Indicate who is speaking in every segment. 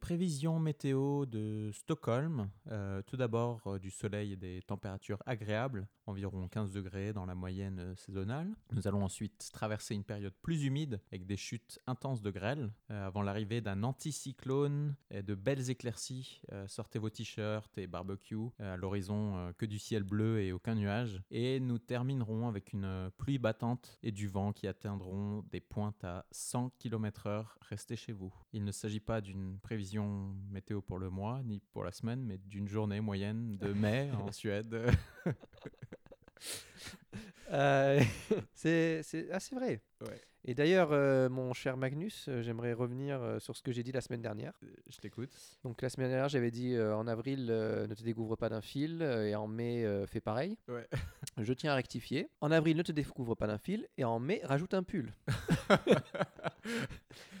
Speaker 1: prévisions météo de Stockholm. Euh, tout d'abord, euh, du soleil et des températures agréables, environ 15 degrés dans la moyenne euh, saisonnale. Nous allons ensuite traverser une période plus humide avec des chutes intenses de grêle euh, avant l'arrivée d'un anticyclone et de belles éclaircies. Euh, sortez vos t-shirts et barbecue. Euh, à l'horizon, euh, que du ciel bleu et aucun nuage. Et nous terminerons avec une euh, pluie battante et du vent qui atteindront des pointes à 100 km/h. Restez chez vous. Il ne s'agit pas d'une prévision météo pour le mois ni pour la semaine, mais d'une journée moyenne de mai en Suède.
Speaker 2: Euh, c'est c'est- ah, c'est vrai.
Speaker 1: Ouais.
Speaker 2: Et d'ailleurs, euh, mon cher Magnus, euh, j'aimerais revenir euh, sur ce que j'ai dit la semaine dernière.
Speaker 1: Je t'écoute.
Speaker 2: Donc la semaine dernière, j'avais dit euh, en avril, euh, ne te découvre pas d'un fil, euh, et en mai, euh, fais pareil.
Speaker 1: Ouais.
Speaker 2: Je tiens à rectifier. En avril, ne te découvre pas d'un fil, et en mai, rajoute un pull.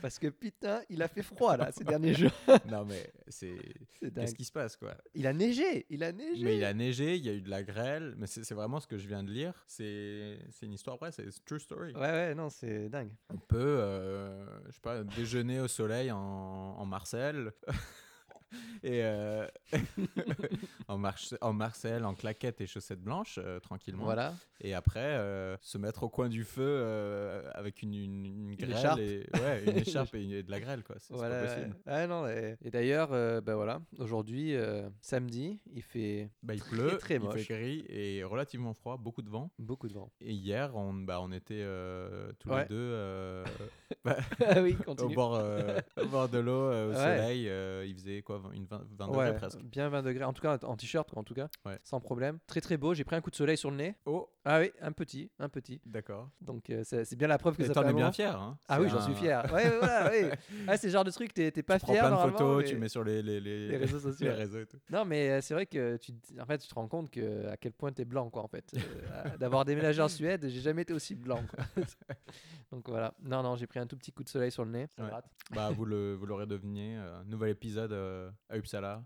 Speaker 2: Parce que putain, il a fait froid là ces derniers jours.
Speaker 1: non mais c'est
Speaker 2: C'est dingue.
Speaker 1: qu'est-ce qui se passe quoi
Speaker 2: Il a neigé, il a neigé.
Speaker 1: Mais il a neigé, il y a eu de la grêle, mais c'est c'est vraiment ce que je viens de lire. C'est c'est une histoire vraie, c'est it's a true story.
Speaker 2: Ouais, ouais, non, c'est dingue.
Speaker 1: On peut, euh, je sais pas, déjeuner au soleil en, en Marcel. Et euh, en, Marche- en Marcel, en claquettes et chaussettes blanches, euh, tranquillement.
Speaker 2: Voilà.
Speaker 1: Et après, euh, se mettre au coin du feu euh, avec une, une, une grêle.
Speaker 2: écharpe.
Speaker 1: et, ouais, une écharpe et, une- et de la grêle, quoi. C'est c'est
Speaker 2: Voilà,
Speaker 1: pas possible.
Speaker 2: ouais. Ah non, et, et d'ailleurs, euh, ben voilà, aujourd'hui, euh, samedi, il fait
Speaker 1: Bah, il pleut,
Speaker 2: très
Speaker 1: il
Speaker 2: moche.
Speaker 1: fait gris et relativement froid, beaucoup de vent.
Speaker 2: beaucoup de vent.
Speaker 1: Et hier, on, bah, on était euh, tous
Speaker 2: Ouais.
Speaker 1: les deux euh,
Speaker 2: ah oui,
Speaker 1: au,
Speaker 2: continue.
Speaker 1: bord, euh, au bord de l'eau, euh, au
Speaker 2: Ouais.
Speaker 1: soleil. euh, il faisait quoi vingt- Une 20,
Speaker 2: Ouais,
Speaker 1: degrés presque.
Speaker 2: bien 20 degrés. En tout cas, en t-shirt, quoi, en tout cas,
Speaker 1: Ouais.
Speaker 2: sans problème. Très très beau. J'ai pris un coup de soleil sur le nez.
Speaker 1: Oh,
Speaker 2: Ah oui, un petit, un petit.
Speaker 1: d'accord.
Speaker 2: Donc euh, c'est c'est bien la preuve que
Speaker 1: Et
Speaker 2: ça
Speaker 1: t'en
Speaker 2: fait un
Speaker 1: es bien
Speaker 2: moment.
Speaker 1: fier. Hein
Speaker 2: Ah
Speaker 1: C'est
Speaker 2: oui, j'en suis
Speaker 1: un-
Speaker 2: fier. Ouais, voilà, ouais. Ah, c'est le genre de truc, t'es t'es pas
Speaker 1: Tu prends
Speaker 2: fier.
Speaker 1: plein de
Speaker 2: normalement,
Speaker 1: photos, tu
Speaker 2: mais-
Speaker 1: mets sur les, les, les-
Speaker 2: les réseaux sociaux.
Speaker 1: les
Speaker 2: ouais.
Speaker 1: réseaux et tout.
Speaker 2: Non, mais euh, c'est vrai que tu, te- en fait, tu te rends compte que à quel point t'es blanc, quoi, en fait. Euh, à- D'avoir déménagé en Suède, j'ai jamais été aussi blanc. quoi. Donc voilà. Non, non, j'ai pris un tout petit coup de soleil sur le nez. Ça
Speaker 1: Ouais.
Speaker 2: gratte.
Speaker 1: Bah, vous le- vous l'aurez deviné, euh, nouvel épisode euh, à Uppsala.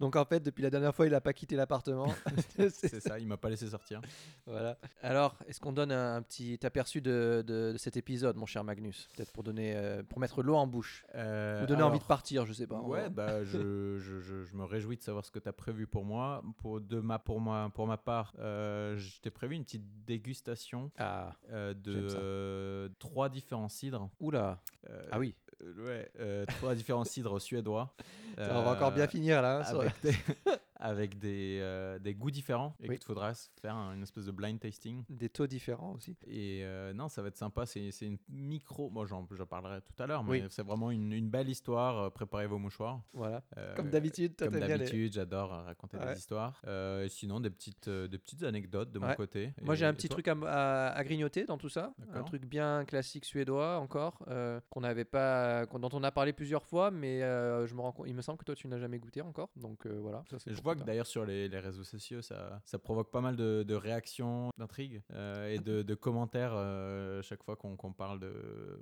Speaker 2: Donc en fait, depuis la dernière fois, il a pas quitté l'appartement. C'est-
Speaker 1: C'est ça, il m'a pas laissé sortir.
Speaker 2: voilà. Alors, est-ce qu'on donne un, un petit aperçu de, de- de cet épisode, mon cher Magnus, peut-être pour donner, euh, pour mettre l'eau en bouche,
Speaker 1: Euh,
Speaker 2: vous donner envie de
Speaker 1: alors-
Speaker 2: partir, je sais pas. on
Speaker 1: Ouais,
Speaker 2: va-
Speaker 1: bah, je, je, je, je me réjouis de savoir ce que tu as prévu pour moi. Pour, de ma, pour, moi, pour ma part, euh, je t'ai prévu une petite dégustation
Speaker 2: Ah,
Speaker 1: euh, de
Speaker 2: J'aime ça.
Speaker 1: euh, trois différents cidres.
Speaker 2: oula.
Speaker 1: Euh,
Speaker 2: Ah oui.
Speaker 1: euh, ouais, euh, trois différents cidres suédois.
Speaker 2: on va encore bien
Speaker 1: euh,
Speaker 2: finir là. hein, sur-
Speaker 1: Avec des, avec des, euh, des goûts différents. Et
Speaker 2: Oui.
Speaker 1: qu'il te faudra s- faire un- une espèce de blind tasting.
Speaker 2: Des taux différents aussi.
Speaker 1: Et euh, non, ça va être sympa. C'est c'est une micro. Moi, j'en j'en parlerai tout à l'heure,
Speaker 2: Oui.
Speaker 1: mais c'est vraiment une, une belle histoire. Euh, Préparez vos mouchoirs.
Speaker 2: Voilà.
Speaker 1: Euh,
Speaker 2: Comme d'habitude, toi
Speaker 1: Comme
Speaker 2: t'aimes bien les.
Speaker 1: d'habitude, j'adore euh, raconter
Speaker 2: Ouais.
Speaker 1: des histoires. Euh, et sinon, des petites, euh, des petites anecdotes de
Speaker 2: Ouais.
Speaker 1: mon côté.
Speaker 2: Moi,
Speaker 1: Et-
Speaker 2: j'ai un
Speaker 1: et
Speaker 2: petit
Speaker 1: toi
Speaker 2: truc à, m- à- à grignoter dans tout ça, un
Speaker 1: D'accord.
Speaker 2: truc bien classique suédois encore, euh, qu'on n'avait pas, qu'on- dont on a parlé plusieurs fois, mais euh, je me rends compte, il me semble que toi tu n'as jamais goûté encore, donc euh, voilà. ça, c'est
Speaker 1: Je
Speaker 2: pour
Speaker 1: vois que
Speaker 2: plus tard.
Speaker 1: d'ailleurs sur les, les réseaux sociaux, ça, ça provoque pas mal de, de réactions, d'intrigues euh,
Speaker 2: Ah.
Speaker 1: et de, de commentaires euh, chaque fois qu'on qu'on parle de,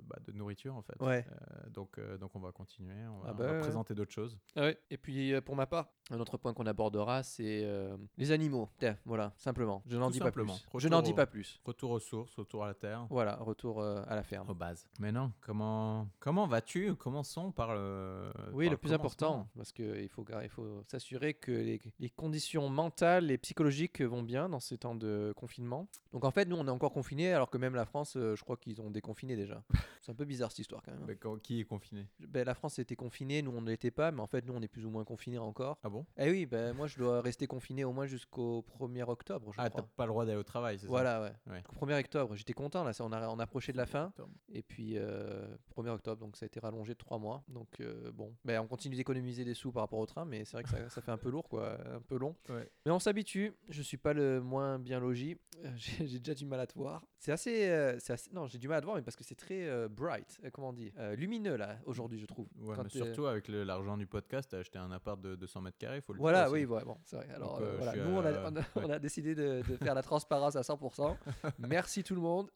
Speaker 1: bah, de nourriture en fait.
Speaker 2: Ouais.
Speaker 1: Euh, donc, euh, donc on va continuer, on va,
Speaker 2: Ah
Speaker 1: on
Speaker 2: bah
Speaker 1: va
Speaker 2: ouais.
Speaker 1: présenter d'autres choses.
Speaker 2: Ah ouais. Et puis euh, pour ma part, un autre point qu'on abordera, c'est euh, les animaux. Tiens, voilà, simplement. Je n'en
Speaker 1: Tout
Speaker 2: dis
Speaker 1: simplement.
Speaker 2: pas plus. Je n'en dis
Speaker 1: Retour
Speaker 2: pas plus.
Speaker 1: Retour aux sources, retour à la terre,
Speaker 2: Voilà, retour euh, à la ferme.
Speaker 1: aux bases. Mais non, comment, comment vas-tu Commençons par le.
Speaker 2: Oui,
Speaker 1: Euh, par
Speaker 2: le plus important,
Speaker 1: commencement.
Speaker 2: parce qu'il faut, gar- il faut s'assurer que les, les conditions mentales et psychologiques vont bien dans ces temps de confinement. Donc en fait, nous, on est encore confinés, alors que même la France, euh, je crois qu'ils ont déconfiné déjà. C'est un peu bizarre cette histoire quand même. hein.
Speaker 1: Mais quand- qui est confiné
Speaker 2: Ben, la France était confinée, nous, on ne l'était pas, mais en fait, nous, on est plus ou moins confinés encore.
Speaker 1: Ah bon
Speaker 2: Eh oui, ben, moi, je dois rester confiné au moins jusqu'au 1er octobre, je
Speaker 1: Ah, t'as
Speaker 2: crois.
Speaker 1: pas le droit d'aller au travail, c'est ça
Speaker 2: Voilà, ouais.
Speaker 1: Ouais.
Speaker 2: Jusqu'au 1er octobre, j'étais content, là, ça, on, a, on approchait de la fin.
Speaker 1: Octobre.
Speaker 2: Et puis, euh, 1er octobre, donc ça a été rallongé de 3 mois. Donc, euh, bon, ben, on continue d'économiser des sous par rapport au train, mais c'est vrai que ça, ça fait un peu lourd, quoi, un peu long.
Speaker 1: Ouais.
Speaker 2: Mais on s'habitue, je suis pas le moins bien logis, Euh, j'ai j'ai déjà du mal à te voir. C'est assez, euh, c'est assez- Non, j'ai du mal à te voir, mais parce que c'est très euh, bright, euh, comment on dit, euh, lumineux, là, aujourd'hui, je trouve.
Speaker 1: Ouais,
Speaker 2: Quand
Speaker 1: mais
Speaker 2: t'es- euh,
Speaker 1: surtout avec le- l'argent du podcast, t'as acheté un appart de 200 mètres carrés, faut le dire
Speaker 2: Voilà,
Speaker 1: aussi.
Speaker 2: oui, ouais, bon, c'est vrai. Alors,
Speaker 1: euh,
Speaker 2: euh,
Speaker 1: je
Speaker 2: voilà.
Speaker 1: suis,
Speaker 2: nous, on a,
Speaker 1: euh,
Speaker 2: on a- on a décidé de, de faire la transparence à 100%. Merci tout le monde.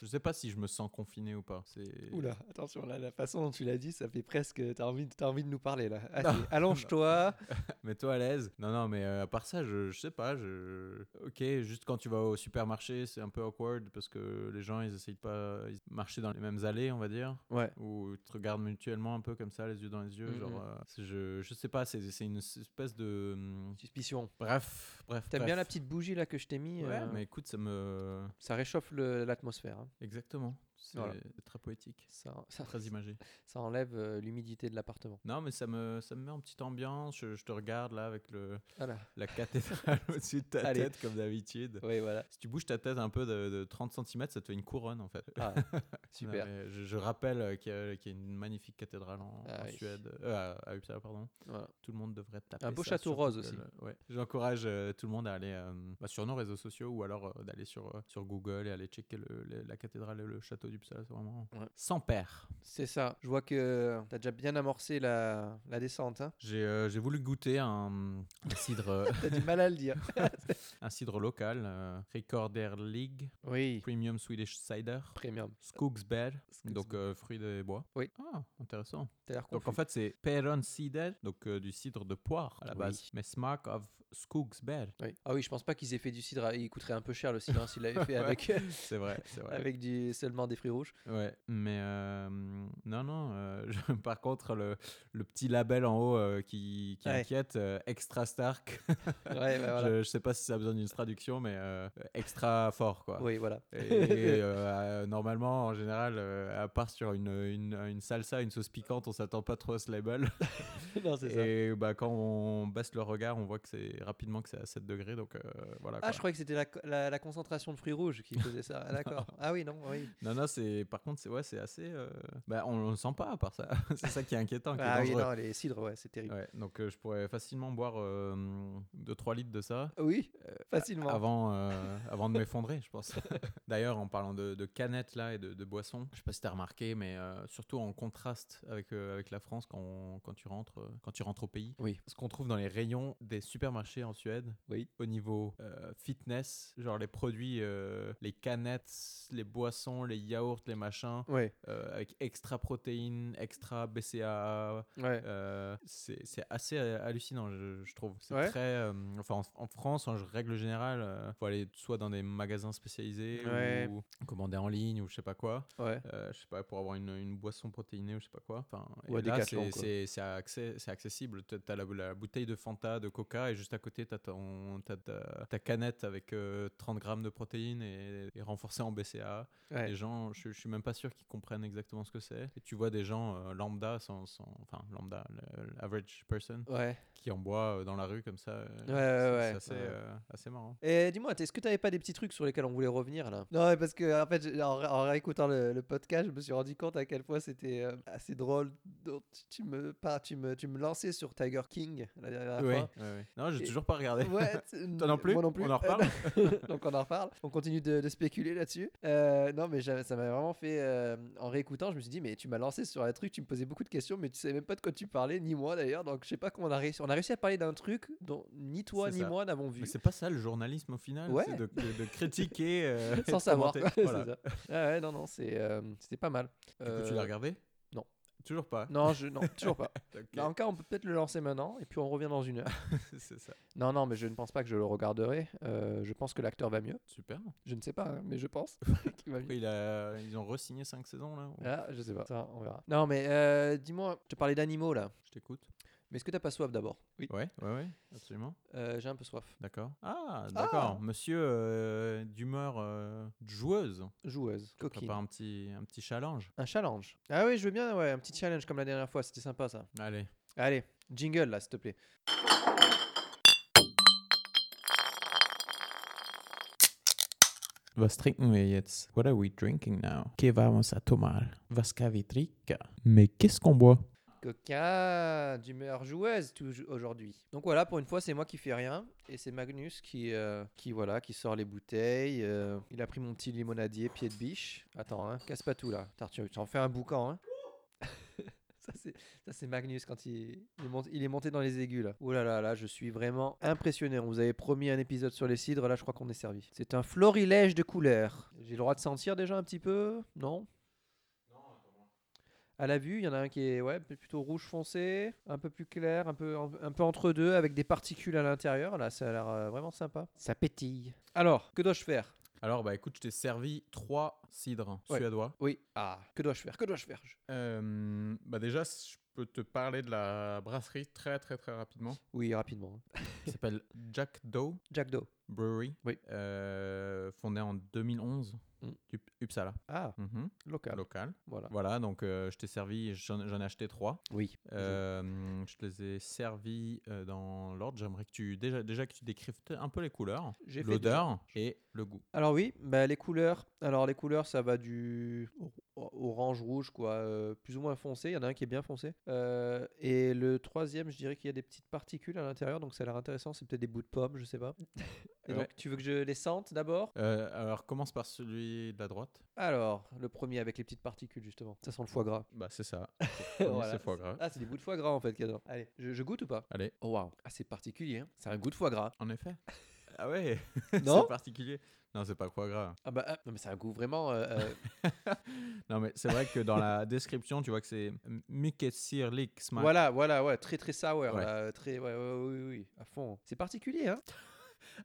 Speaker 1: Je sais pas si je me sens confiné ou pas. C'est...
Speaker 2: Oula, attention, là, la façon dont tu l'as dit, ça fait presque. T'as envie, de- t'as envie de nous parler là. Allez, allonge-toi.
Speaker 1: Mets-toi à l'aise. Non, non, mais euh, à part ça, je, je sais pas. Je... Ok, juste quand tu vas au supermarché, c'est un peu awkward parce que les gens, ils essayent de pas ils marcher dans les mêmes allées, on va dire.
Speaker 2: ouais.
Speaker 1: Ou ils te regardent mutuellement un peu comme ça, les yeux dans les yeux.
Speaker 2: Mhm.
Speaker 1: Genre, euh, c'est- je, je sais pas, c'est, c'est une espèce de. hum,
Speaker 2: Suspicion.
Speaker 1: Bref, bref.
Speaker 2: T'aimes
Speaker 1: bref.
Speaker 2: bien la petite bougie là que je t'ai mis
Speaker 1: Ouais,
Speaker 2: euh,
Speaker 1: mais écoute, ça me.
Speaker 2: Ça réchauffe le- l'atmosphère. hein.
Speaker 1: Exactement. C'est
Speaker 2: Voilà.
Speaker 1: très poétique.
Speaker 2: Ça, ça,
Speaker 1: Très imagé.
Speaker 2: ça enlève euh, l'humidité de l'appartement.
Speaker 1: Non, mais ça me, ça me met en petite ambiance. Je, je te regarde là avec le,
Speaker 2: Voilà.
Speaker 1: la cathédrale au-dessus de ta
Speaker 2: Allez.
Speaker 1: tête, comme d'habitude.
Speaker 2: Oui, voilà.
Speaker 1: Si tu bouges ta tête un peu de, de 30 cm, ça te fait une couronne en fait.
Speaker 2: Ah,
Speaker 1: Non,
Speaker 2: super.
Speaker 1: mais je, je rappelle euh, qu'il y, a- qu'il y a une magnifique cathédrale en,
Speaker 2: Ah
Speaker 1: en
Speaker 2: oui.
Speaker 1: Suède, euh, à, à Uppsala, pardon.
Speaker 2: Voilà.
Speaker 1: Tout le monde devrait taper.
Speaker 2: beau
Speaker 1: ça,
Speaker 2: château
Speaker 1: surtout
Speaker 2: rose
Speaker 1: que
Speaker 2: aussi.
Speaker 1: le- ouais. J'encourage euh, tout le monde à aller euh, bah, sur nos réseaux sociaux ou alors euh, d'aller sur, euh, sur Google et aller checker le- le- la cathédrale et le château d'Uppsala. C'est vraiment
Speaker 2: Ouais.
Speaker 1: sans pair.
Speaker 2: C'est ça. Je vois que t'as déjà bien amorcé la, la descente. Hein.
Speaker 1: J'ai euh, j'ai voulu goûter un, un cidre, euh,
Speaker 2: T'as du mal à le dire.
Speaker 1: un cidre local, euh, Recorder League,
Speaker 2: Oui.
Speaker 1: Premium Swedish Cider,
Speaker 2: Premium.
Speaker 1: Skogsbär,
Speaker 2: Skogsbär.
Speaker 1: donc euh, fruits des bois.
Speaker 2: Oui.
Speaker 1: Ah, intéressant.
Speaker 2: T'as l'air
Speaker 1: Donc en
Speaker 2: confus.
Speaker 1: fait, c'est Peron Cider, donc euh, du cidre de poire à la
Speaker 2: Oui.
Speaker 1: base, mais smack of Skogsbär.
Speaker 2: Oui. Ah oui, je pense pas qu'ils aient fait du cidre. à- Il coûterait un peu cher le cidre hein, s'ils l'avaient fait
Speaker 1: Ouais.
Speaker 2: avec,
Speaker 1: C'est vrai, c'est vrai.
Speaker 2: avec du, seulement des fruits rouges.
Speaker 1: Ouais, mais euh, non, non. euh, je- par contre, le, le petit label en haut euh, qui, qui
Speaker 2: Ouais.
Speaker 1: inquiète, euh, Extra Stark.
Speaker 2: Ouais, bah, voilà.
Speaker 1: je, je sais pas si ça a besoin d'une traduction, mais euh, extra fort, quoi.
Speaker 2: Oui, voilà.
Speaker 1: Et euh, euh, normalement, en général, euh, à part sur une, une, une salsa, une sauce piquante, on s'attend pas trop à ce label.
Speaker 2: non, c'est ça.
Speaker 1: Et bah, quand on baisse le regard, on voit que c'est rapidement que c'est à 7 degrés. Donc euh, voilà.
Speaker 2: Ah,
Speaker 1: quoi.
Speaker 2: je croyais que c'était la, co- la- la concentration de fruits rouges qui faisait ça. Ah, D'accord. Ah oui, non, oui.
Speaker 1: Non, non, c'est par contre, c'est ouais, c'est assez. euh, Bah, on, on le sent pas à part ça. c'est ça qui est inquiétant. qui est
Speaker 2: ah oui,
Speaker 1: dangereux.
Speaker 2: non, les cidres, ouais, c'est terrible.
Speaker 1: Ouais, donc euh, je pourrais facilement boire 2-3 litres de ça.
Speaker 2: Oui,
Speaker 1: Euh,
Speaker 2: facilement.
Speaker 1: Avant, euh, avant de m'effondrer, je pense. D'ailleurs, en parlant de, de canettes là et de, de boissons, je sais pas si t'as remarqué, mais euh, surtout en contraste avec, euh, avec la France quand, on- quand, tu rentres, euh, quand tu rentres au pays,
Speaker 2: Oui.
Speaker 1: ce qu'on trouve dans les rayons des supermarchés en Suède,
Speaker 2: Oui.
Speaker 1: au niveau euh, fitness, genre les produits, euh, les canettes, les boissons, les yaourts, les machins,
Speaker 2: Ouais,
Speaker 1: euh, avec extra protéines, extra BCAA,
Speaker 2: ouais.
Speaker 1: euh, c'est c'est assez euh, hallucinant, je, je trouve. C'est
Speaker 2: Ouais.
Speaker 1: très. euh, enfin, en, en France, en règle générale, euh, faut aller soit dans des magasins spécialisés
Speaker 2: Ouais.
Speaker 1: ou commander en ligne ou je sais pas quoi.
Speaker 2: ouais.
Speaker 1: Euh, je sais pas, pour avoir une, une boisson protéinée ou je sais pas quoi. Enfin,
Speaker 2: Ou
Speaker 1: et
Speaker 2: à
Speaker 1: là,
Speaker 2: Decathlon,
Speaker 1: c'est-
Speaker 2: quoi.
Speaker 1: c'est c'est accès- c'est accessible. T'as- T'as la, la bouteille de Fanta, de Coca et juste à côté, t'as ton- t'as ta, ta canette avec euh, 30 grammes de protéines et, et renforcée en BCA.
Speaker 2: ouais.
Speaker 1: Les gens, je, je suis même pas sûr qu'ils comprennent exactement ce que c'est. Et tu vois des gens euh, lambda, sans, sans- enfin lambda, le- l'average person,
Speaker 2: Ouais.
Speaker 1: qui en boit euh, dans la rue comme ça. euh,
Speaker 2: Ouais, ouais,
Speaker 1: c'est-
Speaker 2: ouais,
Speaker 1: C'est assez,
Speaker 2: ouais.
Speaker 1: euh, assez marrant.
Speaker 2: Et dis-moi, est-ce que t'avais pas des petits trucs sur lesquels on voulait revenir là Non, ouais, parce que en fait, j'ai- en, ré- en réécoutant le, le podcast, je me suis rendu compte à quel point c'était euh, assez drôle. dont tu- tu me par- tu me tu me lançais sur Tiger King la dernière
Speaker 1: Ouais,
Speaker 2: fois.
Speaker 1: ouais, ouais. Non, j'ai
Speaker 2: Et-
Speaker 1: toujours pas regardé.
Speaker 2: Ouais, t-
Speaker 1: Toi non plus
Speaker 2: Moi non plus.
Speaker 1: On en reparle
Speaker 2: Donc on en reparle. On continue de, de spéculer là-dessus. Euh, non, mais j'avais- ça m'a vraiment fait. euh, en réécoutant, je me suis dit, mais tu m'as lancé sur un truc, tu me posais beaucoup de questions, mais tu savais même pas de quoi tu parlais, ni moi d'ailleurs. Donc je sais pas comment on a réussi. On a réussi à parler d'un truc dont ni toi
Speaker 1: C'est
Speaker 2: ni
Speaker 1: ça.
Speaker 2: moi n'avons vu.
Speaker 1: Mais c'est pas ça le journalisme au final,
Speaker 2: Ouais.
Speaker 1: c'est de, de- de critiquer euh, et de
Speaker 2: Sans savoir.
Speaker 1: commenter.
Speaker 2: quoi. C'est
Speaker 1: Voilà.
Speaker 2: ça. Ah ouais, non, non, c'est, euh, c'était pas mal.
Speaker 1: Du coup, tu l'as
Speaker 2: Euh,
Speaker 1: regardé
Speaker 2: non.
Speaker 1: Toujours pas.
Speaker 2: Non, je, non, toujours pas.
Speaker 1: Ok,
Speaker 2: Là encore, on peut peut-être le lancer maintenant, et puis on revient dans une heure.
Speaker 1: c'est ça.
Speaker 2: Non, non, mais je ne pense pas que je le regarderai. Euh, je pense que l'acteur va mieux.
Speaker 1: Super.
Speaker 2: Je ne sais pas, hein, mais je pense qu'il va mieux.
Speaker 1: Après, il a- ils ont re-signé 5 saisons là. ou-
Speaker 2: Ah, je sais pas. Ça, on verra. Non, mais euh, dis-moi, je te parlais d'animaux là.
Speaker 1: Je t'écoute.
Speaker 2: Mais est-ce que t'as pas soif d'abord Oui.
Speaker 1: Ouais, ouais, ouais, absolument.
Speaker 2: J'ai un peu soif.
Speaker 1: D'accord. Ah, d'accord. Monsieur euh, d'humeur euh, joueuse.
Speaker 2: Joueuse.
Speaker 1: On
Speaker 2: Coquine.
Speaker 1: Prépare un petit, un petit challenge.
Speaker 2: Un challenge. Ah oui, je veux bien, ouais, un petit challenge comme la dernière fois. C'était sympa ça.
Speaker 1: Allez.
Speaker 2: Allez, jingle là, s'il te plaît.
Speaker 1: Vad trinken vi jetzt? What are we drinking now? Que vamos a tomar? Vad ska vi dricka? Mais qu'est-ce qu'on boit?
Speaker 2: Coca, d'humeur joueuse touj- aujourd'hui. Donc voilà, pour une fois, c'est moi qui fais rien et c'est Magnus qui, euh, qui voilà, qui sort les bouteilles. euh, il a pris mon petit limonadier pied de biche. Attends, hein, casse pas tout là. Attends, tu tu en fais un boucan. Hein. ça c'est ça, c'est Magnus quand il il est, monté, il est monté dans les aigus là. Oh là là là, je suis vraiment impressionné. On vous avait promis un épisode sur les cidres, là je crois qu'on est servi. C'est un florilège de couleurs. J'ai le droit de sentir déjà un petit peu Non à la vue, il y en a un qui est ouais, plutôt rouge foncé, un peu plus clair, un peu, un peu entre deux, avec des particules à l'intérieur. Là, ça a l'air euh, vraiment sympa. Ça pétille. Alors, que dois-je faire
Speaker 1: Alors, bah écoute, je t'ai servi trois cidres
Speaker 2: Ouais.
Speaker 1: suédois.
Speaker 2: Oui. Ah, que dois-je faire Que dois-je faire Je-
Speaker 1: Euh, bah déjà, je peux te parler de la brasserie très très très rapidement.
Speaker 2: Oui, rapidement.
Speaker 1: Ça s'appelle Jack Doe
Speaker 2: Jack Do.
Speaker 1: Brewery,
Speaker 2: Oui.
Speaker 1: euh, fondée en 2011,
Speaker 2: Mm.
Speaker 1: Up- Uppsala,
Speaker 2: Ah,
Speaker 1: Mhm,
Speaker 2: local.
Speaker 1: local.
Speaker 2: Voilà.
Speaker 1: Voilà, donc euh, je t'ai servi, j'en j'en ai acheté trois.
Speaker 2: Oui.
Speaker 1: Euh, je te les ai servis euh, dans l'ordre. J'aimerais que tu déjà, déjà que tu décrives t- un peu les couleurs,
Speaker 2: J'ai fait
Speaker 1: l'odeur et le goût.
Speaker 2: Alors oui, bah, les couleurs. Alors les couleurs, ça va du o- orange rouge quoi, euh, plus ou moins foncé. Il y en a un qui est bien foncé. Euh, et le troisième, je dirais qu'il y a des petites particules à l'intérieur, donc ça a l'air intéressant. C'est peut-être des bouts de pommes, je sais pas. Et
Speaker 1: Ouais.
Speaker 2: donc tu veux que je les sente d'abord
Speaker 1: Euh, alors commence par celui de la droite.
Speaker 2: Alors le premier avec les petites particules justement. Ça sent le foie gras.
Speaker 1: Bah c'est ça. Le premier,
Speaker 2: Voilà.
Speaker 1: C'est foie gras.
Speaker 2: Ah c'est des bouts de foie gras en fait qu'il y a dedans. Allez, je, je goûte ou pas
Speaker 1: Allez,
Speaker 2: Oh waouh, ah, c'est particulier. hein. C'est un goût de foie gras.
Speaker 1: en effet. Ah ouais.
Speaker 2: Non
Speaker 1: C'est particulier. Non, c'est pas foie gras.
Speaker 2: Ah bah ah, non mais c'est un goût vraiment. euh, euh,
Speaker 1: Non mais c'est vrai que dans la description, tu vois que c'est mycket sirlik smak.
Speaker 2: Voilà, voilà, ouais, très très sour,
Speaker 1: Ouais.
Speaker 2: là, très, ouais, ouais, oui, oui, oui, à fond. C'est particulier, hein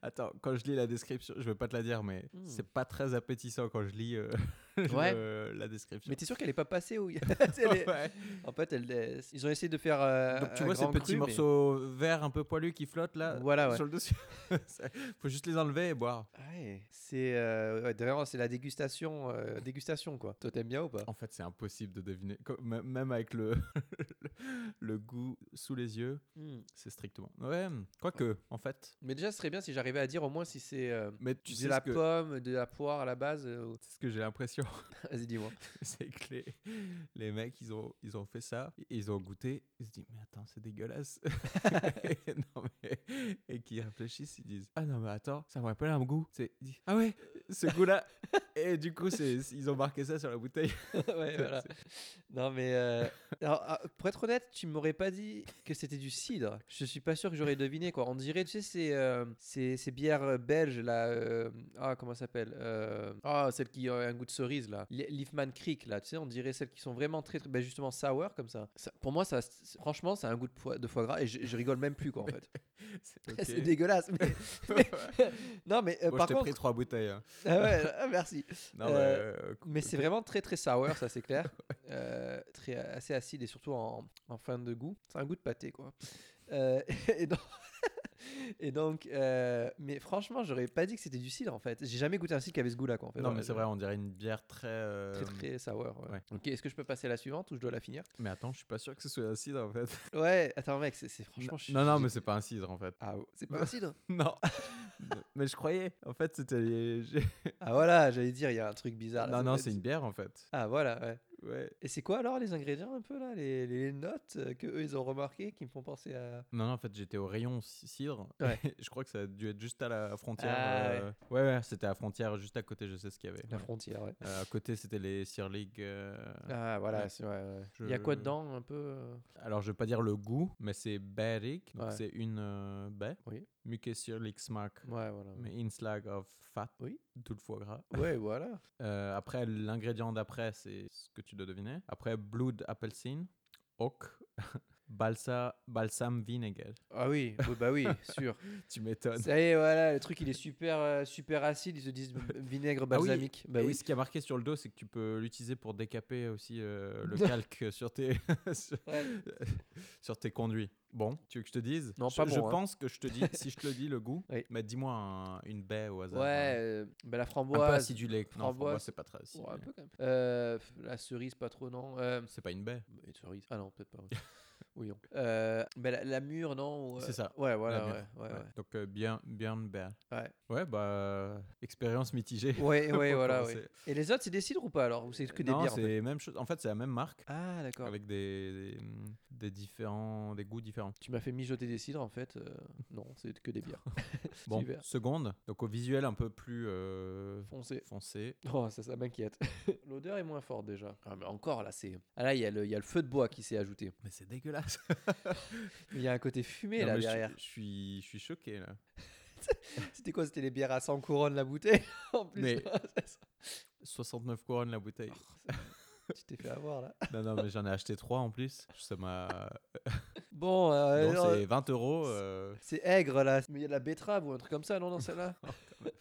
Speaker 1: Attends, quand je lis la description, je vais pas te la dire, mais
Speaker 2: Hmm.
Speaker 1: c'est pas très appétissant quand je lis euh,
Speaker 2: Ouais.
Speaker 1: le- la description.
Speaker 2: Mais t'es sûr qu'elle est pas passée où il- elle est-
Speaker 1: Ouais.
Speaker 2: En fait, elle est- ils ont essayé de faire. euh,
Speaker 1: Donc tu
Speaker 2: un
Speaker 1: vois ces
Speaker 2: grand
Speaker 1: petits
Speaker 2: cru, mais-
Speaker 1: morceaux verts un peu poilus qui flottent là
Speaker 2: Voilà, ouais. Ah,
Speaker 1: sur le dessus. C'est- Faut juste les enlever et boire.
Speaker 2: Ouais, c'est euh, ouais, vraiment c'est la dégustation, euh, dégustation quoi. Toi t'aimes bien ou pas
Speaker 1: En fait, c'est impossible de deviner. Comme- m- Même avec le, le, le goût sous les yeux,
Speaker 2: Hmm.
Speaker 1: c'est strictement. Ouais, quoique, en fait.
Speaker 2: Mais déjà, ce serait bien si j'arrivais à dire au moins si c'est euh,
Speaker 1: Mais tu
Speaker 2: de
Speaker 1: sais
Speaker 2: la
Speaker 1: ce que,
Speaker 2: pomme, de la poire à la base. euh, ou-
Speaker 1: c'est ce que j'ai l'impression,
Speaker 2: Vas-y, dis-moi.
Speaker 1: c'est que les, les mecs, ils ont, ils ont fait ça, et ils ont goûté, ils se disent, mais attends, c'est dégueulasse. et, non, mais- et qu'ils réfléchissent, ils disent, ah non, mais attends, ça me rappelle un goût. C'est, ils disent, ah ouais, ce
Speaker 2: Euh.
Speaker 1: goût-là. et du coup, c'est, c'est- ils ont marqué ça sur la bouteille.
Speaker 2: ouais, voilà. Non mais euh, alors, ah, pour être honnête, tu m'aurais pas dit que c'était du cidre. Je suis pas sûr que j'aurais deviné quoi. On dirait, tu sais, ces, euh, ces, ces bières euh, belges là. euh, ah comment ça s'appelle Euh, Ah celle qui a un goût de cerise là. Li- Liefman Creek là, tu sais, on dirait celles qui sont vraiment très, très- ben, justement sour comme ça. Ça- pour moi, ça, c'est- franchement, ça a un goût de foie, de foie gras et je, je rigole même plus quoi en fait.
Speaker 1: C'est,
Speaker 2: Ah, c'est
Speaker 1: ok.
Speaker 2: dégueulasse. mais- mais- non mais euh,
Speaker 1: Moi,
Speaker 2: par
Speaker 1: je t'ai
Speaker 2: contre,
Speaker 1: pris trois bouteilles. hein.
Speaker 2: Ah ouais, ah, merci.
Speaker 1: Non,
Speaker 2: Euh,
Speaker 1: mais, euh,
Speaker 2: Mais c'est vraiment très très sour, ça c'est clair. Euh, très assez acide et surtout en, en fin de goût. C'est un goût de pâté quoi. Euh, et donc, et donc, euh, mais franchement, j'aurais pas dit que c'était du cidre en fait. J'ai jamais goûté un cidre qui avait ce goût là quoi. En fait.
Speaker 1: Non,
Speaker 2: Voilà,
Speaker 1: mais c'est
Speaker 2: je-
Speaker 1: vrai, on dirait une bière très. euh,
Speaker 2: Très très sour. ouais.
Speaker 1: ouais.
Speaker 2: Ok, est-ce que je peux passer à la suivante ou je dois la finir
Speaker 1: Mais attends, je suis pas sûr que ce soit un cidre en fait.
Speaker 2: Ouais, attends mec, c'est c'est- franchement. je suis-
Speaker 1: non, non,
Speaker 2: j'ai-
Speaker 1: mais c'est pas un cidre en fait.
Speaker 2: Ah, c'est pas un cidre
Speaker 1: Non. mais je croyais. En fait, c'était. j'ai-
Speaker 2: Ah voilà, j'allais dire, il y a un truc bizarre. là,
Speaker 1: non,
Speaker 2: Bah, ça
Speaker 1: non,
Speaker 2: peut être-
Speaker 1: c'est une bière en fait.
Speaker 2: Ah voilà, ouais.
Speaker 1: Ouais.
Speaker 2: Et c'est quoi alors les ingrédients un peu là Les, les notes euh, que eux ils ont remarquées qui me font penser à.
Speaker 1: Non, non, en fait, j'étais au rayon ci- cidre.
Speaker 2: Ouais.
Speaker 1: je crois que ça a dû être juste à la frontière.
Speaker 2: Ah, ouais.
Speaker 1: euh, ouais, ouais, c'était à la frontière, juste à côté, je sais ce qu'il y avait.
Speaker 2: La
Speaker 1: ouais.
Speaker 2: frontière, ouais.
Speaker 1: Euh, à côté, c'était les Sir League. euh,
Speaker 2: Ah
Speaker 1: Ouais.
Speaker 2: voilà, c'est ouais, ouais. Il y a quoi
Speaker 1: Je-
Speaker 2: dedans un peu euh,
Speaker 1: Alors, je vais pas dire le goût, mais c'est Beric. Donc,
Speaker 2: Ouais.
Speaker 1: c'est une euh, baie.
Speaker 2: Oui.
Speaker 1: Mycket Sir League Smack.
Speaker 2: Ouais, voilà.
Speaker 1: Mais inslag of fat.
Speaker 2: Oui.
Speaker 1: Tout le foie gras.
Speaker 2: Ouais, voilà.
Speaker 1: Euh, après, l'ingrédient d'après, c'est ce que tu dois deviner. Après, blood appelsin, oak, balsa, balsam vinegar.
Speaker 2: Ah oui, oui, bah oui, sûr.
Speaker 1: Tu m'étonnes.
Speaker 2: Ça y est, voilà, le truc il est super euh, super acide, ils se disent vinaigre
Speaker 1: Ah oui,
Speaker 2: balsamique. bah
Speaker 1: Et
Speaker 2: oui.
Speaker 1: ce qui a marqué sur le dos, c'est que tu peux l'utiliser pour décaper aussi euh, le
Speaker 2: Non.
Speaker 1: calque sur tes, sur,
Speaker 2: Ouais.
Speaker 1: sur tes conduits. Bon, tu veux que je te dise
Speaker 2: Non,
Speaker 1: je,
Speaker 2: pas
Speaker 1: Je
Speaker 2: bon, hein.
Speaker 1: pense que je te dis, si je te dis le goût,
Speaker 2: Oui.
Speaker 1: mais dis-moi un- une baie au hasard.
Speaker 2: Ouais,
Speaker 1: hein.
Speaker 2: euh, bah, la
Speaker 1: un peu
Speaker 2: framboise.
Speaker 1: acidulée. Non,
Speaker 2: framboise.
Speaker 1: framboise, c'est pas très
Speaker 2: Ouais,
Speaker 1: acidulé.
Speaker 2: un peu quand même. Euh, pff, la cerise, pas trop, non. Euh,
Speaker 1: C'est pas une baie.
Speaker 2: une cerise. Ah non, peut-être pas. ouais. Oui, non. Euh, bah, la, la mûre, non. ou, euh,
Speaker 1: C'est ça,
Speaker 2: Ouais, voilà.
Speaker 1: mûre,
Speaker 2: Ouais, ouais,
Speaker 1: Ouais. Donc, euh, bien, bien une baie.
Speaker 2: Ouais.
Speaker 1: Ouais, bah, euh, expérience mitigée.
Speaker 2: ouais. Ouais, ouais,
Speaker 1: Pour
Speaker 2: voilà.
Speaker 1: commencer.
Speaker 2: ouais. Et les autres, c'est des cidres ou pas alors Ou c'est que des
Speaker 1: non,
Speaker 2: bières en
Speaker 1: c'est
Speaker 2: fait
Speaker 1: même chose. En fait, c'est la même marque
Speaker 2: Ah, d'accord.
Speaker 1: avec des, des, hum, des différents des goûts différents.
Speaker 2: Tu m'as fait mijoter des cidres en fait. euh, non, c'est que des bières.
Speaker 1: Bon,
Speaker 2: Divers.
Speaker 1: seconde. Donc au visuel un peu plus euh,
Speaker 2: Foncé.
Speaker 1: foncé.
Speaker 2: Oh, ça, ça m'inquiète. L'odeur est moins forte déjà. Ah, mais encore là, c'est. Ah là, il y, a le- il y a le feu de bois qui s'est ajouté.
Speaker 1: Mais c'est dégueulasse.
Speaker 2: Il y a un côté fumé
Speaker 1: Non,
Speaker 2: là
Speaker 1: mais je-
Speaker 2: derrière.
Speaker 1: Je suis je suis choqué là.
Speaker 2: C'était quoi C'était les bières à 100 couronnes la bouteille En plus.
Speaker 1: Mais-
Speaker 2: c'est ça.
Speaker 1: 69 couronnes la bouteille.
Speaker 2: Oh. tu t'es fait avoir là.
Speaker 1: non, non, mais j'en ai acheté 3 en plus. Ça m'a.
Speaker 2: Bon, euh,
Speaker 1: Donc,
Speaker 2: alors,
Speaker 1: c'est 20 euros. euh,
Speaker 2: c'est aigre là. Mais il y a de la betterave ou un truc comme ça, non, dans celle-là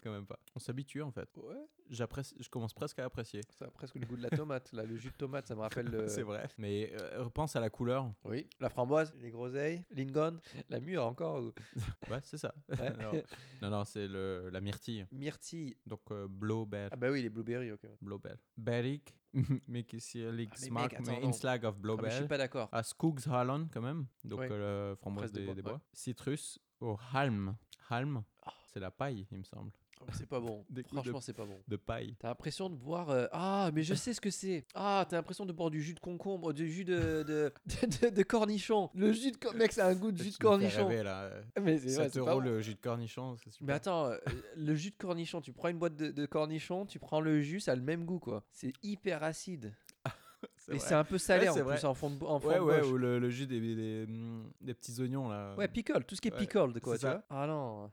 Speaker 1: quand même pas. On s'habitue en fait.
Speaker 2: Ouais,
Speaker 1: J'apprécie- Je commence presque à apprécier.
Speaker 2: ça a presque le goût de la tomate là. Le jus de tomate, ça me rappelle le.
Speaker 1: C'est vrai. Mais euh, repense à la couleur.
Speaker 2: Oui, la framboise, les groseilles, lingon, la mûre encore, ou-
Speaker 1: Ouais, c'est ça.
Speaker 2: Ouais.
Speaker 1: Alors, non, non, c'est le- la myrtille.
Speaker 2: myrtille.
Speaker 1: Donc, euh, Blaubeer.
Speaker 2: Ah bah oui, les blueberries, ok.
Speaker 1: Blaubeer. Berrik. Mikkisierlich
Speaker 2: Ah, mais mec,
Speaker 1: Smack.
Speaker 2: attends,
Speaker 1: Mais
Speaker 2: non.
Speaker 1: Inslag of
Speaker 2: Ah, mais je suis
Speaker 1: Blaubeer.
Speaker 2: pas d'accord.
Speaker 1: À Skogshallen, quand même. Donc,
Speaker 2: Ouais.
Speaker 1: euh, framboise
Speaker 2: Fraise de
Speaker 1: des,
Speaker 2: bois,
Speaker 1: des
Speaker 2: ouais.
Speaker 1: bois. Citrus. Au Halm. Halm.
Speaker 2: Ah.
Speaker 1: C'est la paille, il me semble.
Speaker 2: Ah, C'est pas bon.
Speaker 1: Des coups de-
Speaker 2: Franchement, c'est pas bon.
Speaker 1: De paille.
Speaker 2: T'as l'impression de boire. euh, Ah, mais je sais ce que c'est. Ah, t'as l'impression de boire du jus de concombre, du jus de, de, de, de- de cornichon. Le jus de. co- Mec, ça a un goût de jus de
Speaker 1: Tu me fais
Speaker 2: cornichon.
Speaker 1: rêver, là. Euh,
Speaker 2: Mais c'est ouais,
Speaker 1: 7
Speaker 2: c'est pas
Speaker 1: euros
Speaker 2: bon.
Speaker 1: le jus de cornichon. c'est
Speaker 2: Mais
Speaker 1: super.
Speaker 2: attends, euh, le jus de cornichon, tu prends une boîte de, de cornichon, tu prends le jus, ça a le même goût quoi. C'est hyper acide.
Speaker 1: C'est
Speaker 2: Mais
Speaker 1: vrai.
Speaker 2: c'est un peu salé
Speaker 1: Ouais,
Speaker 2: en
Speaker 1: c'est
Speaker 2: plus,
Speaker 1: vrai.
Speaker 2: en fond de, bo- en fond
Speaker 1: Ouais,
Speaker 2: de
Speaker 1: ouais,
Speaker 2: poche.
Speaker 1: ou le, le jus des, des, mm, des petits oignons, là.
Speaker 2: Ouais, pickle, tout ce qui est
Speaker 1: ouais,
Speaker 2: pickled quoi,
Speaker 1: c'est
Speaker 2: tu
Speaker 1: ça.
Speaker 2: vois. Ah non.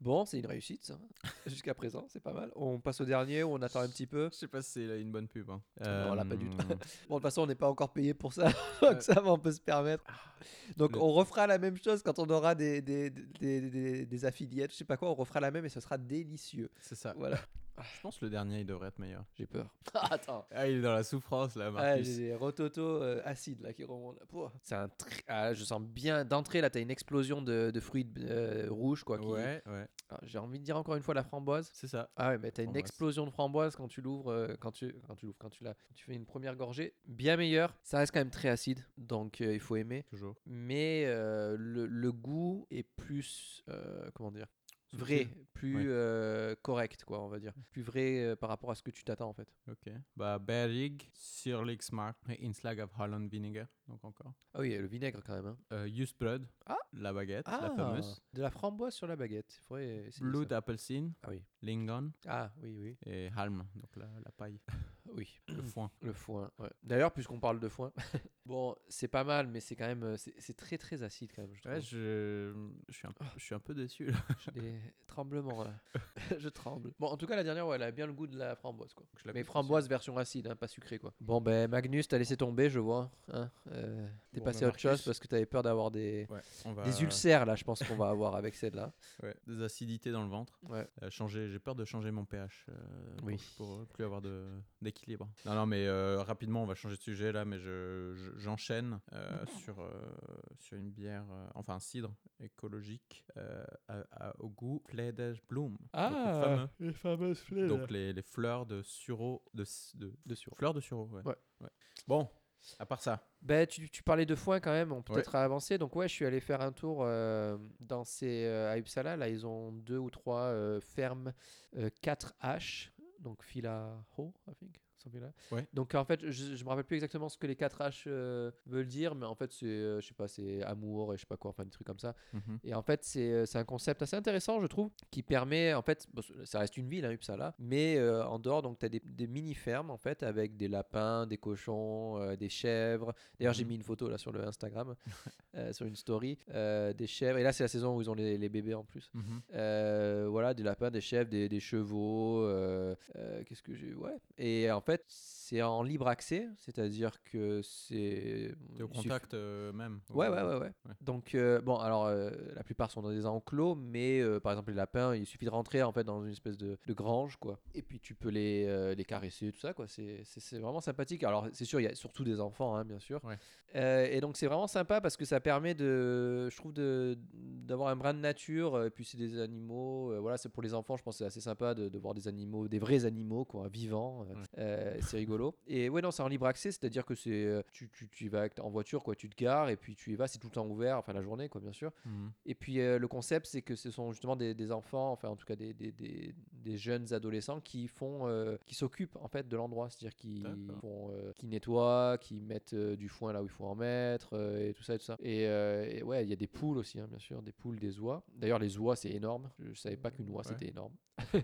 Speaker 2: Bon, c'est une réussite ça. Jusqu'à présent, c'est pas mal. On passe au dernier ou on attend un petit peu.
Speaker 1: Je sais pas si c'est une bonne pub. hein.
Speaker 2: Non, là, pas du tout.
Speaker 1: Euh,
Speaker 2: Bon, de toute façon, on n'est pas encore payé pour ça. Donc, ça, va, on peut se permettre. Donc,
Speaker 1: Le-
Speaker 2: on refera la même chose quand on aura des, des, des, des- des affiliates, je sais pas quoi. On refera la même et ce sera délicieux.
Speaker 1: C'est ça.
Speaker 2: Voilà,
Speaker 1: Je pense que le dernier, il devrait être meilleur.
Speaker 2: Ah. j'ai peur. Attends.
Speaker 1: Ah, il est dans la souffrance, là,
Speaker 2: Ah,
Speaker 1: Marcus.
Speaker 2: j'ai des rototo euh, acides là qui remontent. là. Pouah. C'est un tr- ah, je sens bien d'entrée là, t'as une explosion de, de fruits euh, rouges quoi. qui-
Speaker 1: ouais, ouais,
Speaker 2: Ah, j'ai envie de dire encore une fois la framboise.
Speaker 1: c'est ça.
Speaker 2: Ah ouais, mais t'as une
Speaker 1: Framboise.
Speaker 2: explosion de framboise quand tu l'ouvres, euh, quand tu quand tu l'ouvres, quand tu la, quand tu fais une première gorgée, bien meilleure. Ça reste quand même très acide, donc euh, il faut aimer.
Speaker 1: Toujours.
Speaker 2: mais euh, le, le goût est plus euh, comment dire vrai,
Speaker 1: Subtil.
Speaker 2: plus
Speaker 1: Ouais.
Speaker 2: euh, correct quoi, on va dire, plus vrai euh, par rapport à ce que tu t'attends en fait.
Speaker 1: Ok. Bah, Berrig, Sirligsmark et Inslag of Holland Vinegar. Donc, encore.
Speaker 2: Ah oui, le vinaigre quand même. hein.
Speaker 1: Euh, Use Blood.
Speaker 2: Ah.
Speaker 1: La baguette,
Speaker 2: Ah,
Speaker 1: la fameuse.
Speaker 2: de la framboise sur la baguette. Il faudrait essayer
Speaker 1: Blood
Speaker 2: ça.
Speaker 1: Appleseed,
Speaker 2: Ah oui.
Speaker 1: Lingon
Speaker 2: Ah oui oui
Speaker 1: et Halm. Donc, la, la paille,
Speaker 2: oui.
Speaker 1: le foin.
Speaker 2: Le foin. ouais. D'ailleurs, puisqu'on parle de foin, bon, c'est pas mal, mais c'est quand même euh, c'est c'est très très acide quand même. Je oh.
Speaker 1: Ouais,
Speaker 2: trouve.
Speaker 1: je, je, suis un, je suis un peu déçu, là.
Speaker 2: J'ai des tremblements là. je tremble. Bon, en tout cas, la dernière, ouais, elle a bien le goût de la framboise quoi.
Speaker 1: Je la
Speaker 2: Mais
Speaker 1: goûte aussi.
Speaker 2: framboise version acide, hein, pas sucrée quoi. Bon ben Magnus, t'as laissé tomber, je vois. hein, euh, T'es
Speaker 1: Bon,
Speaker 2: passé
Speaker 1: ben,
Speaker 2: à autre chose
Speaker 1: Marcus. Bah.
Speaker 2: parce que t'avais peur d'avoir des...
Speaker 1: Ouais, on va...
Speaker 2: des ulcères là, je pense qu'on va avoir avec celle-là.
Speaker 1: Ouais, des acidités dans le ventre.
Speaker 2: Ouais.
Speaker 1: Euh, changer, j'ai peur de changer mon pH euh, pour-
Speaker 2: Oui.
Speaker 1: pour, euh, plus avoir de d'équilibre. Non, non, mais euh, rapidement, on va changer de sujet là, mais je je- j'enchaîne euh, sur euh, sur une bière, euh, enfin un cidre écologique euh, à- à- au goût Fledge Bloom.
Speaker 2: Ah.
Speaker 1: donc, le fameux.
Speaker 2: les fameuses fleurs.
Speaker 1: Donc, les, les fleurs de sureau, de, s- de fleurs de sureau. Ouais.
Speaker 2: Ouais.
Speaker 1: Bon, à part ça,
Speaker 2: Ben tu, tu parlais de foin quand même, on peut
Speaker 1: Ouais.
Speaker 2: peut-être avancer. Donc ouais, je suis allé faire un tour euh, dans ces euh, à Uppsala. Là, ils ont deux ou trois euh, fermes euh, 4H, donc Filaho, I think. something like that.
Speaker 1: Ouais.
Speaker 2: Donc en fait, je, je me rappelle plus exactement ce que les 4H euh, veulent dire, mais en fait c'est, euh, je sais pas, c'est amour et je sais pas quoi, enfin des trucs comme ça.
Speaker 1: Mhm.
Speaker 2: Et en fait, c'est euh, c'est un concept assez intéressant, je trouve, qui permet, en fait, bon, ça reste une ville, hein, Uppsala, mais euh, en dehors, donc, tu as des, des mini-fermes, en fait, avec des lapins, des cochons, euh, des chèvres. D'ailleurs, j'ai
Speaker 1: Mhm.
Speaker 2: mis une photo là sur le Instagram, euh, sur une story, euh, des chèvres. Et là, c'est la saison où ils ont les, les bébés en plus.
Speaker 1: Mhm.
Speaker 2: Euh, voilà, des lapins, des chèvres, des, des chevaux. euh, euh, Qu'est-ce que j'ai Ouais. Et en fait, c'est en libre accès, c'est-à-dire que c'est.
Speaker 1: T'es au
Speaker 2: il suffit-
Speaker 1: contact euh, même.
Speaker 2: Ouais,
Speaker 1: au-
Speaker 2: ouais, ouais, ouais.
Speaker 1: ouais.
Speaker 2: Donc, euh, bon, alors, euh, la plupart sont dans des enclos, mais euh, par exemple, les lapins, il suffit de rentrer en fait dans une espèce de, de grange, quoi. Et puis, tu peux les, euh, les caresser, tout ça, quoi. C'est- C'est c'est vraiment sympathique. Alors, c'est sûr, il y a surtout des enfants, hein, bien sûr.
Speaker 1: Ouais.
Speaker 2: Euh, et donc, c'est vraiment sympa parce que ça permet de, je trouve, de- d'avoir un brin de nature. euh, Et puis, c'est des animaux, euh, voilà, c'est pour les enfants, je pense que c'est assez sympa de, de voir des animaux, des vrais animaux, quoi, vivants. euh,
Speaker 1: Ouais.
Speaker 2: euh, c'est rigolo. Et ouais, non, c'est en libre accès, c'est-à-dire que c'est euh, tu, tu, tu y vas en voiture, quoi, tu te gares et puis tu y vas, c'est tout le temps ouvert, enfin la journée, quoi, bien sûr.
Speaker 1: Mhm.
Speaker 2: Et puis euh, le concept, c'est que ce sont justement des, des enfants, enfin en tout cas des, des, des, des jeunes adolescents qui font, euh, qui s'occupent en fait de l'endroit, c'est-à-dire qui
Speaker 1: D'accord.
Speaker 2: font, euh, qui nettoient, qui mettent euh, du foin là où il faut en mettre euh, et tout ça et tout ça. Et, euh, et ouais, il y a des poules aussi, hein, bien sûr, des poules, des oies. D'ailleurs, les oies, c'est énorme. Je savais pas qu'une oie
Speaker 1: Ouais.
Speaker 2: c'était énorme
Speaker 1: Ouais.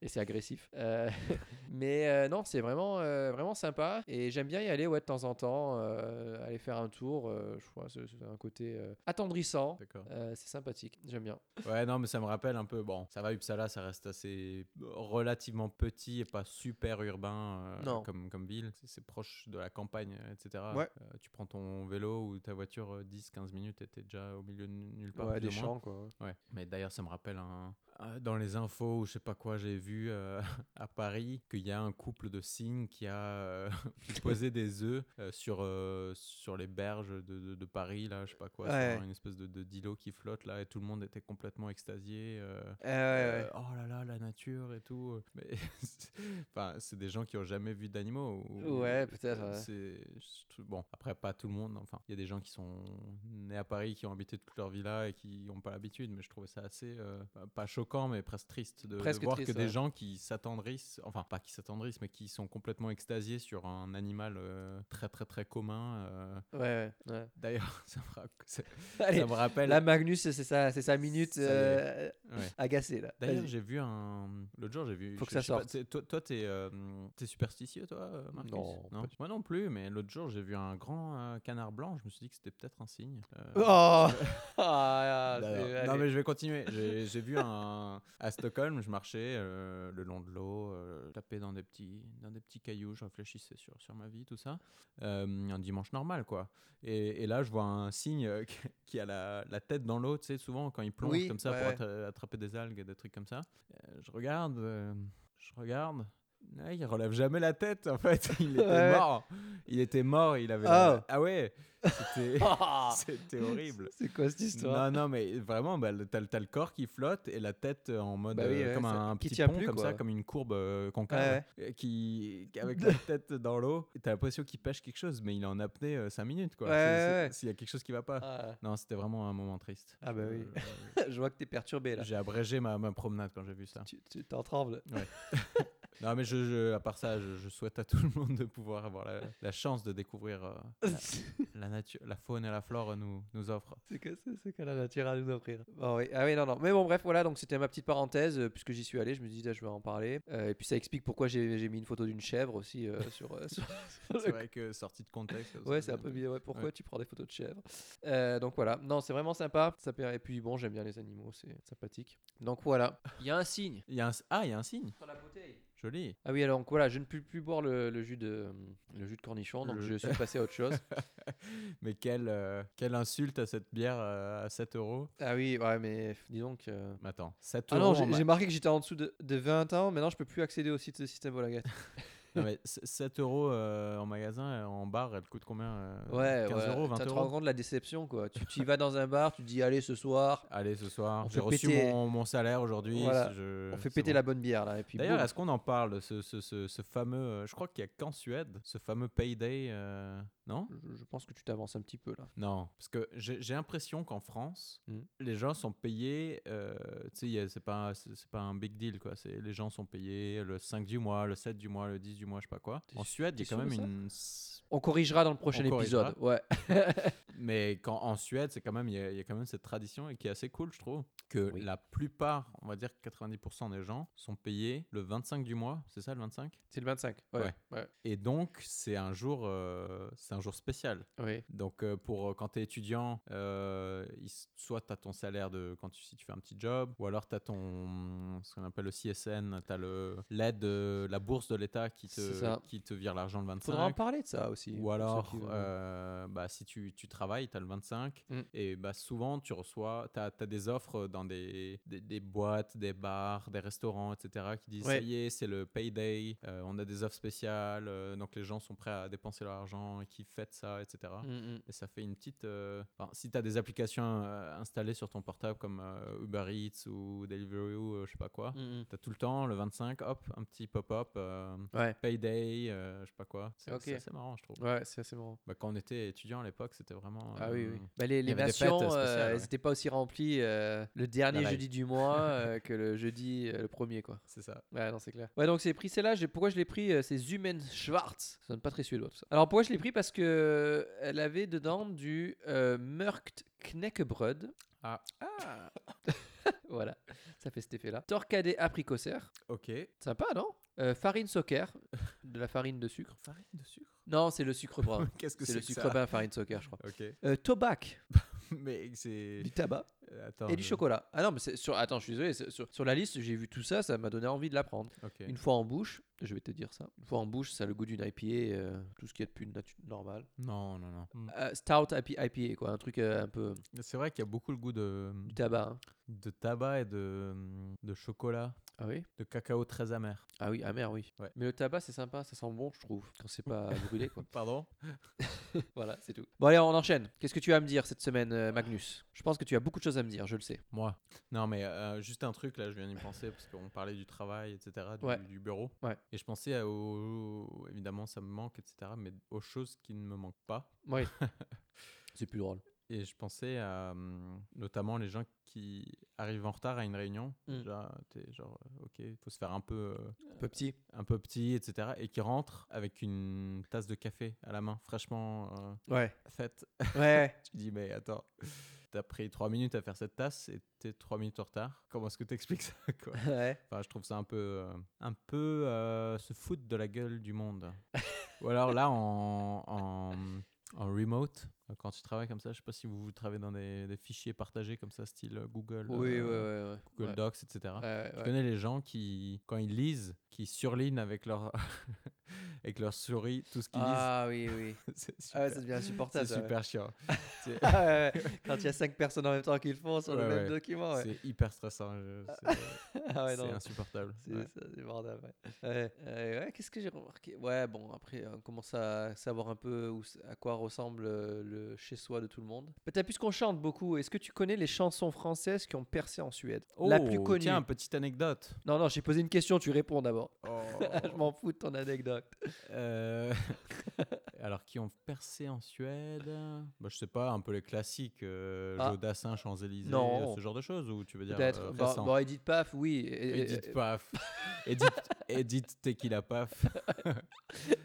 Speaker 2: et c'est agressif. Euh, mais euh, non, c'est vraiment, euh, vraiment sympa. Et j'aime bien y aller ouais, de temps en temps, euh, aller faire un tour. euh, je crois c'est c'est un côté euh, attendrissant.
Speaker 1: D'accord.
Speaker 2: Euh, c'est sympathique, j'aime bien.
Speaker 1: Ouais, non, mais ça me rappelle un peu. Bon, ça va, Uppsala, ça reste assez relativement petit et pas super urbain euh,
Speaker 2: Non.
Speaker 1: Comme, comme ville. C'est- C'est proche de la campagne, euh, etc.
Speaker 2: Ouais.
Speaker 1: Euh, tu prends ton vélo ou ta voiture 10-15 minutes et t'es déjà au milieu de nulle part.
Speaker 2: Ouais,
Speaker 1: plus
Speaker 2: des
Speaker 1: ou moins.
Speaker 2: champs, quoi.
Speaker 1: Ouais, mais d'ailleurs, ça me rappelle un... un- dans les infos ou je sais pas quoi, j'ai vu euh, à Paris qu'il y a un couple de cygnes qui a euh, qui posé des œufs euh, sur, euh, sur les berges de, de- de Paris, là, je sais pas quoi,
Speaker 2: Ouais.
Speaker 1: sur une espèce de, de d'îlot qui flotte là, et tout le monde était complètement extasié. euh,
Speaker 2: Euh,
Speaker 1: euh, oh là là, la nature et tout. Mais c'est- enfin, c'est des gens qui ont jamais vu d'animaux. ou-
Speaker 2: Ouais, peut-être,
Speaker 1: euh,
Speaker 2: ouais.
Speaker 1: c'est- je trou- Bon, après, pas tout le monde. Enfin, il y a des gens qui sont nés à Paris, qui ont habité toute leur vie là et qui n'ont pas l'habitude. Mais je trouvais ça assez, euh, pas- pas choquant, mais presque triste de, de
Speaker 2: Presque
Speaker 1: voir
Speaker 2: triste,
Speaker 1: que des
Speaker 2: ouais.
Speaker 1: gens qui s'attendrissent, enfin, pas qui s'attendrissent, mais qui sont complètement extasiés sur un animal euh, très, très, très commun. euh.
Speaker 2: ouais, ouais, ouais.
Speaker 1: D'ailleurs, ça me, ra- ça-
Speaker 2: Allez,
Speaker 1: ça me rappelle.
Speaker 2: la Magnus, c'est sa, c'est sa minute
Speaker 1: Ça y est.
Speaker 2: euh,
Speaker 1: Ouais.
Speaker 2: agacée, là.
Speaker 1: D'ailleurs,
Speaker 2: Vas-y.
Speaker 1: j'ai vu un. L'autre jour, j'ai vu.
Speaker 2: Faut
Speaker 1: je-
Speaker 2: que ça
Speaker 1: je sais pas,
Speaker 2: sorte.
Speaker 1: t'es- toi, toi, t'es, euh, t'es superstitieux, toi, euh, Marcus
Speaker 2: Non, pas du
Speaker 1: Moi non plus, mais l'autre jour, j'ai vu un grand euh, canard blanc. Je me suis dit que c'était peut-être un signe. Euh,
Speaker 2: Oh Ah,
Speaker 1: d'ailleurs-
Speaker 2: c'est- allez.
Speaker 1: non, mais je vais continuer. J'ai j'ai vu un. À Stockholm, je marchais euh, le long de l'eau, euh, je tapais dans des, petits, dans des petits cailloux, je réfléchissais sur, sur ma vie, tout ça. Euh, un dimanche normal, quoi. Et, et là, je vois un signe euh, qui- qui a la, la tête dans l'eau, tu sais, souvent quand il plonge
Speaker 2: Oui,
Speaker 1: comme ça
Speaker 2: ouais,
Speaker 1: pour
Speaker 2: ouais.
Speaker 1: attra- attraper des algues et des trucs comme ça. Euh, je regarde, euh, je regarde. Ouais, il relève jamais la tête, en fait. Il était
Speaker 2: Ouais.
Speaker 1: mort. Il était mort, il avait. la-
Speaker 2: Oh.
Speaker 1: Ah ouais C'était
Speaker 2: Ah
Speaker 1: c'était horrible.
Speaker 2: C'est quoi cette histoire
Speaker 1: Non, non, mais vraiment, bah, le- t'as le- t'as le corps qui flotte et la tête euh, en mode
Speaker 2: Bah oui,
Speaker 1: euh,
Speaker 2: ouais,
Speaker 1: comme
Speaker 2: ça-
Speaker 1: un,
Speaker 2: qui
Speaker 1: petit
Speaker 2: tient
Speaker 1: pont,
Speaker 2: plus,
Speaker 1: comme ça,
Speaker 2: quoi.
Speaker 1: comme une courbe euh, concave, euh, qui qui- avec la tête dans l'eau. et T'as l'impression qu'il pêche quelque chose, mais il est en apnée 5 minutes, quoi.
Speaker 2: Ouais,
Speaker 1: C'est- c'est-
Speaker 2: ouais, ouais.
Speaker 1: S'il y a quelque chose qui va pas.
Speaker 2: Ah,
Speaker 1: Non, c'était vraiment un moment triste.
Speaker 2: Ah bah oui.
Speaker 1: Je- euh,
Speaker 2: je vois que t'es perturbé là.
Speaker 1: J'ai abrégé ma, ma promenade quand j'ai vu ça.
Speaker 2: Tu tu- t'en trembles.
Speaker 1: Non, mais je, je- à part ça, je, je souhaite à tout le monde de pouvoir avoir la, la chance de découvrir euh, la,
Speaker 2: c'est
Speaker 1: la nature, la faune et la flore nous, nous offrent.
Speaker 2: que c'est- c'est que la nature à nous offrir. Bon, oui. Ah oui, non, non. Mais bon, bref, voilà. Donc c'était ma petite parenthèse euh, puisque j'y suis allé. Je me dis, je vais en parler. Euh, et puis ça explique pourquoi j'ai j'ai mis une photo d'une chèvre aussi euh, sur, euh, sur- sur
Speaker 1: C'est
Speaker 2: le
Speaker 1: vrai que sorti de contexte. ça,
Speaker 2: Ouais,
Speaker 1: ça
Speaker 2: c'est un
Speaker 1: devient
Speaker 2: peu
Speaker 1: de-
Speaker 2: bizarre. Ouais, pourquoi tu prends des photos de chèvres Euh, Donc voilà. Non, c'est vraiment sympa. Ça perd- Et puis bon, j'aime bien les animaux, c'est sympathique. Donc voilà. Il y a un signe
Speaker 1: Il y a un... Ah, il y a un signe.
Speaker 2: sur la bouteille.
Speaker 1: Joli.
Speaker 2: Ah oui, alors donc, voilà, je ne peux plus boire le, le jus de le jus de cornichon, donc
Speaker 1: Le-
Speaker 2: je suis passé à autre chose.
Speaker 1: Mais quelle, euh, quelle insulte à cette bière euh, à 7 euros.
Speaker 2: Ah oui, ouais, mais f- dis donc. euh,
Speaker 1: Mais attends, 7
Speaker 2: Ah
Speaker 1: euros.
Speaker 2: non,
Speaker 1: en
Speaker 2: j'ai
Speaker 1: ma-
Speaker 2: j'ai marqué que j'étais en dessous de, de 20 ans. Maintenant, je peux plus accéder au site de Système Volagat.
Speaker 1: non, mais c- 7 euros euh, en magasin, euh, en bar, elle coûte combien euh,
Speaker 2: Ouais,
Speaker 1: 15
Speaker 2: ouais.
Speaker 1: euros,
Speaker 2: T'as
Speaker 1: 20
Speaker 2: te rends
Speaker 1: euros.
Speaker 2: compte de la déception, quoi. Tu, tu y vas dans un bar, tu dis allez ce soir,
Speaker 1: Allez, ce soir,
Speaker 2: On
Speaker 1: j'ai
Speaker 2: fait
Speaker 1: reçu
Speaker 2: péter-
Speaker 1: mon, mon salaire aujourd'hui.
Speaker 2: Voilà,
Speaker 1: je-
Speaker 2: on fait
Speaker 1: c'est
Speaker 2: péter
Speaker 1: bon.
Speaker 2: la bonne bière là, et puis.
Speaker 1: D'ailleurs,
Speaker 2: boum.
Speaker 1: est-ce qu'on en parle, ce, ce, ce, ce fameux. euh, Je crois qu'il n'y a qu'en Suède, ce fameux payday. euh, Non
Speaker 2: je, je pense que tu t'avances un petit peu là.
Speaker 1: Non, parce que j'ai j'ai l'impression qu'en France,
Speaker 2: Mm.
Speaker 1: les gens sont payés. euh, tu sais, y a- c'est pas, c'est c'est pas un big deal, quoi. C'est- Les gens sont payés le 5 du mois, le 7 du mois, le 10 du mois, je sais pas quoi.
Speaker 2: T'es
Speaker 1: En
Speaker 2: su-
Speaker 1: Suède, il y a
Speaker 2: t'es
Speaker 1: quand même
Speaker 2: sûr de ça
Speaker 1: une. s-
Speaker 2: On corrigera dans le prochain
Speaker 1: On corrigera.
Speaker 2: épisode. Ouais.
Speaker 1: Mais quand, en Suède, c'est quand même, il y, a- il y a quand même cette tradition et qui est assez cool, je trouve. Que
Speaker 2: Oui.
Speaker 1: la plupart, on va dire 90% des gens, sont payés le 25 du mois, c'est ça le 25
Speaker 2: C'est le 25. Ouais.
Speaker 1: Ouais.
Speaker 2: ouais.
Speaker 1: Et donc, c'est un, jour, euh, c'est un jour spécial.
Speaker 2: Oui.
Speaker 1: Donc, euh, pour, euh, quand tu es étudiant, euh, il s- soit tu as ton salaire de, quand tu, si tu fais un petit job, ou alors tu as ton, ce qu'on appelle le CSN, tu as l'aide, euh, la bourse de l'État qui
Speaker 2: C'est ça.
Speaker 1: te, qui te vire l'argent le 25.
Speaker 2: Faudra en parler de ça aussi.
Speaker 1: Ou
Speaker 2: pour ceux
Speaker 1: alors,
Speaker 2: qui veulent.
Speaker 1: euh, bah, si tu, tu travailles, tu as le 25,
Speaker 2: Mm.
Speaker 1: et bah, souvent tu reçois, tu as, des offres dans des, des, des boîtes, des bars, des restaurants, etc., qui disent
Speaker 2: Ouais.
Speaker 1: ça y est, c'est le payday, euh, on a des offres spéciales, euh, donc les gens sont prêts à dépenser leur argent et qui fêtent ça, etc.
Speaker 2: Mm, mm.
Speaker 1: Et ça fait une petite. euh, enfin, si tu as des applications euh, installées sur ton portable comme euh, Uber Eats ou Deliveroo, euh, je sais pas quoi,
Speaker 2: Mm, mm.
Speaker 1: tu as tout le temps, le 25, hop, un petit pop-up, euh,
Speaker 2: Ouais.
Speaker 1: payday, euh, je sais pas quoi. C'est
Speaker 2: Ok.
Speaker 1: c'est assez marrant, je trouve.
Speaker 2: Ouais, c'est assez marrant.
Speaker 1: Bah, quand on était étudiant à l'époque, c'était vraiment.
Speaker 2: Ah oui, oui.
Speaker 1: euh,
Speaker 2: Bah, les
Speaker 1: il y
Speaker 2: les
Speaker 1: avait des fêtes
Speaker 2: nations,
Speaker 1: spéciales,
Speaker 2: euh, elles
Speaker 1: ouais.
Speaker 2: n'étaient pas aussi remplies euh, le dernier
Speaker 1: veille.
Speaker 2: jeudi du mois euh, que le jeudi euh, le premier, quoi.
Speaker 1: C'est ça.
Speaker 2: Ouais, non, c'est clair. Ouais, donc ces prix, c'est là. j'ai- Pourquoi je l'ai pris euh, C'est Zumen Schwartz. Ça sonne pas très suédois, tout ça. Alors pourquoi je l'ai pris Parce que euh, elle avait dedans du euh, Mörkt Knäckebröd.
Speaker 1: Ah.
Speaker 2: Ah. voilà, ça fait cet effet-là. Torcadet apricotaire.
Speaker 1: Ok.
Speaker 2: Sympa, non Euh, Farine soccer. De la farine de sucre.
Speaker 1: Farine de sucre
Speaker 2: Non, c'est le sucre brun.
Speaker 1: Qu'est-ce que
Speaker 2: c'est
Speaker 1: c'est
Speaker 2: le
Speaker 1: que
Speaker 2: sucre
Speaker 1: ça
Speaker 2: brun, farine soccer, je crois.
Speaker 1: Ok.
Speaker 2: Euh, tobac.
Speaker 1: Mais c'est.
Speaker 2: Du tabac.
Speaker 1: euh, Attends.
Speaker 2: Et du
Speaker 1: je-
Speaker 2: chocolat. Ah non, mais c'est sur... attends, je suis désolé. c'est- Sur, sur la liste, j'ai vu tout ça, ça m'a donné envie de la prendre.
Speaker 1: Ok.
Speaker 2: Une fois en bouche, je vais te dire ça. Une fois en bouche, ça a le goût d'une IPA, euh, tout ce qu'il y a de plus natu- normal.
Speaker 1: Non, non, non.
Speaker 2: Euh, stout IP- IPA, quoi, un truc euh, un peu
Speaker 1: C'est vrai qu'il y a beaucoup le goût de,
Speaker 2: du tabac. hein.
Speaker 1: de tabac et de, de chocolat,
Speaker 2: Ah oui
Speaker 1: de cacao très amer.
Speaker 2: Ah oui, amer, oui.
Speaker 1: Ouais.
Speaker 2: Mais le tabac, c'est sympa, ça sent bon, je trouve, quand c'est pas brûlé, quoi.
Speaker 1: Pardon
Speaker 2: voilà, c'est tout. Bon, allez, on enchaîne. Qu'est-ce que tu as à me dire cette semaine, euh, Magnus Je pense que tu as beaucoup de choses à me dire, je le sais.
Speaker 1: Moi. Non, mais euh, juste un truc, là, je viens d'y penser, parce qu'on parlait du travail, etc., du,
Speaker 2: Ouais.
Speaker 1: du bureau.
Speaker 2: Ouais.
Speaker 1: Et je pensais à- au. Évidemment, ça me manque, etc., mais aux choses qui ne me manquent pas.
Speaker 2: Oui. c'est plus drôle.
Speaker 1: Et je pensais à hum, notamment les gens qui arrivent en retard à une réunion.
Speaker 2: Mm.
Speaker 1: Déjà, t'es genre, euh, ok, faut se faire un peu, euh,
Speaker 2: Un peu petit.
Speaker 1: un peu petit, etc. Et qui rentrent avec une tasse de café à la main, fraîchement euh,
Speaker 2: Ouais.
Speaker 1: faite.
Speaker 2: Ouais.
Speaker 1: Tu dis, mais attends, t'as pris trois minutes à faire cette tasse et t'es trois minutes en retard. Comment est-ce que t'expliques ça, quoi
Speaker 2: ouais.
Speaker 1: Enfin, je trouve ça un peu, euh, un peu euh, se foutre de la gueule du monde. Ou alors là, en, en, en remote, euh, quand tu travailles comme ça, je sais pas si vous travaillez dans des, des fichiers partagés comme ça, style euh, Google,
Speaker 2: Oui, ouais, ouais,
Speaker 1: euh,
Speaker 2: ouais.
Speaker 1: Google
Speaker 2: Ouais.
Speaker 1: Docs, etc.
Speaker 2: Ouais,
Speaker 1: Je
Speaker 2: ouais.
Speaker 1: connais les gens qui, quand ils lisent, qui surlignent avec leur, avec leur souris tout ce qu'ils
Speaker 2: Ah oui, oui.
Speaker 1: lisent. C'est
Speaker 2: Ah
Speaker 1: super-
Speaker 2: ouais, ça devient
Speaker 1: c'est
Speaker 2: insupportable. ça, ouais.
Speaker 1: super chiant. C'est-
Speaker 2: Ah ouais, ouais. Quand il y a cinq personnes en même temps qui le font sur le
Speaker 1: Ouais,
Speaker 2: même
Speaker 1: ouais.
Speaker 2: document. Ah Ouais.
Speaker 1: C'est hyper stressant. je- C'est
Speaker 2: Ah ouais,
Speaker 1: c'est
Speaker 2: non.
Speaker 1: insupportable.
Speaker 2: C'est
Speaker 1: ouais.
Speaker 2: ça, c'est bordel, ouais. Ouais, euh, ouais, qu'est-ce que j'ai remarqué Ouais, bon, après, on commence à savoir un peu où s- à quoi ressemble euh, le chez-soi de tout le monde. Bah, Peut-être puisqu'on chante beaucoup, est-ce que tu connais les chansons françaises qui ont percé en Suède La plus
Speaker 1: Oh,
Speaker 2: connue.
Speaker 1: Tiens, petite anecdote.
Speaker 2: Non, non, j'ai posé une question, tu réponds d'abord. Je
Speaker 1: Oh.
Speaker 2: m'en fous de ton anecdote.
Speaker 1: Euh, Alors, qui ont percé en Suède bah, Je sais pas, un peu les classiques, euh,
Speaker 2: Ah.
Speaker 1: Jodassin, Champs-Élysées, euh,
Speaker 2: Non.
Speaker 1: ce genre de choses, ou tu veux dire
Speaker 2: Peut-être.
Speaker 1: euh,
Speaker 2: Bon-
Speaker 1: récent
Speaker 2: bon, Edith Paf, oui. et-
Speaker 1: Edith
Speaker 2: et-
Speaker 1: Paf, Edith, Edith Tequila Paf.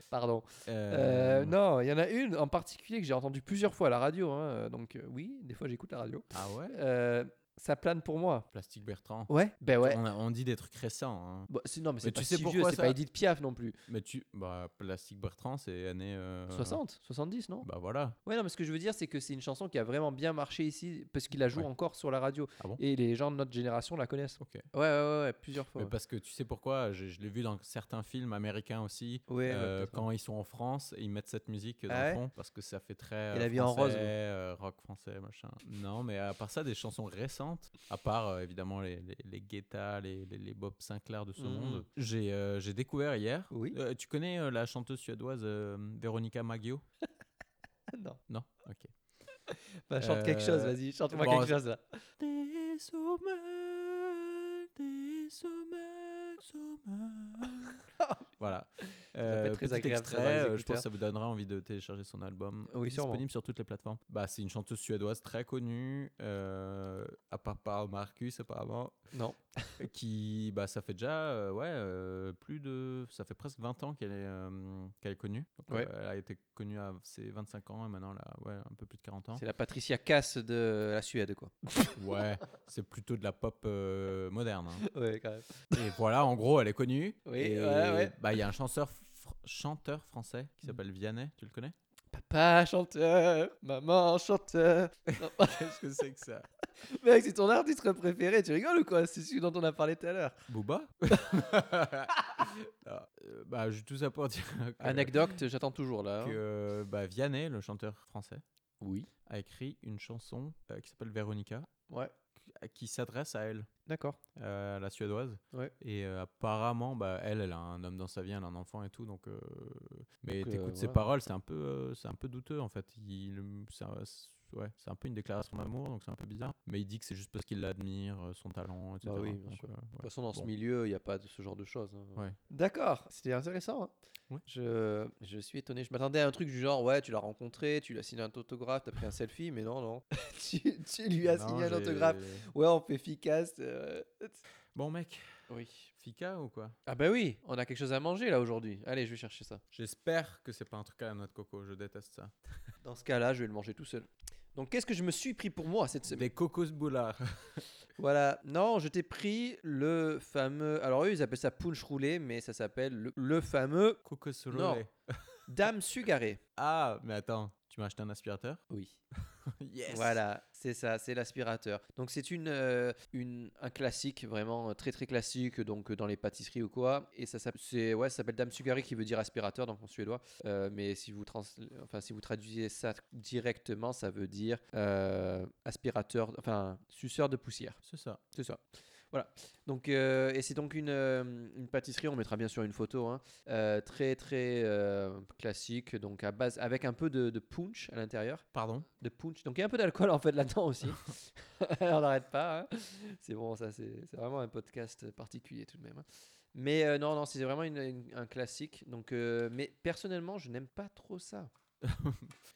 Speaker 2: Pardon.
Speaker 1: euh,
Speaker 2: Euh, non, il y en a une en particulier que j'ai entendue plusieurs fois à la radio. hein, euh, donc euh, oui, des fois j'écoute la radio.
Speaker 1: Ah ouais
Speaker 2: Euh, ça plane pour moi.
Speaker 1: Plastique Bertrand.
Speaker 2: Ouais. Ben ouais.
Speaker 1: On, a- on dit des trucs récents. hein.
Speaker 2: Bon, c'est- non, mais c'est
Speaker 1: Mais
Speaker 2: pas
Speaker 1: tu
Speaker 2: si
Speaker 1: sais
Speaker 2: vieux,
Speaker 1: pourquoi
Speaker 2: c'est
Speaker 1: ça
Speaker 2: pas Edith Piaf non plus.
Speaker 1: Mais tu. Bah, Plastique Bertrand, c'est année. euh,
Speaker 2: 60, 70, non
Speaker 1: Bah voilà.
Speaker 2: Ouais, non, mais ce que je veux dire, c'est que c'est une chanson qui a vraiment bien marché ici parce qu'il la joue
Speaker 1: Ouais.
Speaker 2: encore sur la radio.
Speaker 1: Ah bon
Speaker 2: Et les gens de notre génération la connaissent.
Speaker 1: Ok.
Speaker 2: Ouais, ouais, ouais, ouais, plusieurs fois.
Speaker 1: Mais
Speaker 2: ouais.
Speaker 1: parce que tu sais pourquoi Je, je l'ai vu dans certains films américains aussi.
Speaker 2: Ouais, ouais,
Speaker 1: Euh,
Speaker 2: peut-être, ouais.
Speaker 1: quand ils sont en France, ils mettent cette musique dans
Speaker 2: Ah ouais
Speaker 1: le fond parce que ça fait très
Speaker 2: Et
Speaker 1: euh,
Speaker 2: la vie en rose,
Speaker 1: français,
Speaker 2: ouais.
Speaker 1: euh, rock français, machin. Non, mais à part ça, des chansons récentes, à part euh, évidemment les, les, les Guetta, les, les, les Bob Sinclair de ce
Speaker 2: Mhm.
Speaker 1: monde, j'ai euh, j'ai découvert hier.
Speaker 2: Oui.
Speaker 1: Euh, tu connais euh, la chanteuse suédoise euh, Veronica Maggio
Speaker 2: non.
Speaker 1: Non Ok.
Speaker 2: Bah, chante quelque chose,
Speaker 1: Euh,
Speaker 2: vas-y, chante-moi
Speaker 1: bon,
Speaker 2: quelque chose là.
Speaker 1: Des sommets, des sommets, sommets. voilà.
Speaker 2: fait très
Speaker 1: petit
Speaker 2: agréable, ça, dans
Speaker 1: extrait,
Speaker 2: les
Speaker 1: euh, je
Speaker 2: écouteurs.
Speaker 1: pense que ça vous donnera envie de télécharger son album.
Speaker 2: Oui, sûrement.
Speaker 1: Disponible sur toutes les plateformes. Bah, c'est une chanteuse suédoise très connue, euh, à part par Marcus apparemment,
Speaker 2: Non.
Speaker 1: qui, bah, ça fait déjà, euh, ouais, euh, plus de, ça fait presque 20 ans qu'elle est, euh, qu'elle est connue. Donc,
Speaker 2: Ouais.
Speaker 1: euh, elle a été connue à ses 25 ans et maintenant, là, ouais, un peu plus de 40 ans.
Speaker 2: C'est la Patricia Cass de la Suède, quoi.
Speaker 1: Ouais, c'est plutôt de la pop euh, moderne. hein.
Speaker 2: ouais, quand même.
Speaker 1: Et voilà, en gros, elle est connue.
Speaker 2: Oui,
Speaker 1: et
Speaker 2: ouais, ouais.
Speaker 1: Bah, il y a un chanteur, fr- chanteur français qui s'appelle Vianney, tu le connais
Speaker 2: Papa chanteur, maman chanteur. Non.
Speaker 1: Qu'est-ce que c'est que ça
Speaker 2: Mec, c'est ton artiste préféré, tu rigoles ou quoi C'est celui dont on a parlé tout à l'heure.
Speaker 1: Booba Non, euh, Bah, je tout ça pour dire que,
Speaker 2: Anecdote, j'attends toujours là. hein.
Speaker 1: Ah, que, bah, Vianney, le chanteur français,
Speaker 2: Oui.
Speaker 1: a écrit une chanson euh, qui s'appelle Véronica,
Speaker 2: Ouais,
Speaker 1: qui s'adresse à elle,
Speaker 2: d'accord.
Speaker 1: euh, à la suédoise.
Speaker 2: Ouais.
Speaker 1: Et euh, apparemment, bah, elle, elle a un homme dans sa vie, elle a un enfant et tout, donc. euh, Mais
Speaker 2: Donc, euh,
Speaker 1: t'écoutes ses
Speaker 2: voilà.
Speaker 1: paroles, c'est un peu, euh, c'est un peu douteux en fait. Il, c'est un, c'est- ouais, c'est un peu une déclaration d'amour, donc c'est un peu bizarre. Mais il dit que c'est juste parce qu'il l'admire, euh, son talent, etc.
Speaker 2: Bah oui, bien
Speaker 1: Donc,
Speaker 2: sûr.
Speaker 1: euh, ouais.
Speaker 2: De toute façon, dans ce
Speaker 1: Bon.
Speaker 2: milieu, il n'y a pas de ce genre de choses. hein.
Speaker 1: Ouais.
Speaker 2: D'accord, c'était intéressant. hein.
Speaker 1: Ouais.
Speaker 2: Je, je suis étonné. Je m'attendais à un truc du genre, ouais, tu l'as rencontré, tu lui as signé un autographe, t'as pris un selfie, mais non, non. tu, tu lui as
Speaker 1: Non,
Speaker 2: signé un
Speaker 1: j'ai-
Speaker 2: autographe. Ouais, on fait efficace. euh.
Speaker 1: Bon mec,
Speaker 2: Oui.
Speaker 1: Fika ou quoi
Speaker 2: Ah bah oui, on a quelque chose à manger là aujourd'hui. Allez, je vais chercher ça.
Speaker 1: J'espère que c'est pas un truc à la noix de coco, je déteste ça.
Speaker 2: Dans ce cas-là, je vais le manger tout seul. Donc qu'est-ce que je me suis pris pour moi cette semaine
Speaker 1: Des cocos boulards.
Speaker 2: Voilà, non, je t'ai pris le fameux. Alors eux, ils appellent ça punch roulé, mais ça s'appelle le, le fameux
Speaker 1: Cocos
Speaker 2: Non.
Speaker 1: roulés.
Speaker 2: dame sugaré.
Speaker 1: Ah, mais attends, tu m'as acheté un aspirateur
Speaker 2: Oui.
Speaker 1: Yes
Speaker 2: Voilà, c'est ça, c'est l'aspirateur. Donc c'est une, euh, une un classique vraiment euh, très très classique donc euh, dans les pâtisseries ou quoi et ça s'appelle c'est- ouais ça s'appelle dame sugaré qui veut dire aspirateur donc en suédois Euh, mais si vous trans enfin si vous traduisez ça directement ça veut dire euh, aspirateur enfin suceur de poussière.
Speaker 1: C'est ça.
Speaker 2: C'est ça. Voilà. Donc, euh, et c'est donc une, euh, une pâtisserie, on mettra bien sûr une photo, hein, euh, très très euh, classique, donc à base, avec un peu de, de punch à l'intérieur,
Speaker 1: Pardon
Speaker 2: de punch, donc il y a un peu d'alcool en fait là-dedans aussi. on n'arrête pas. hein. C'est bon, ça c'est c'est vraiment un podcast particulier tout de même. hein. Mais euh, non, non, c'est vraiment une- une- un classique. Donc, euh, mais personnellement, je n'aime pas trop ça.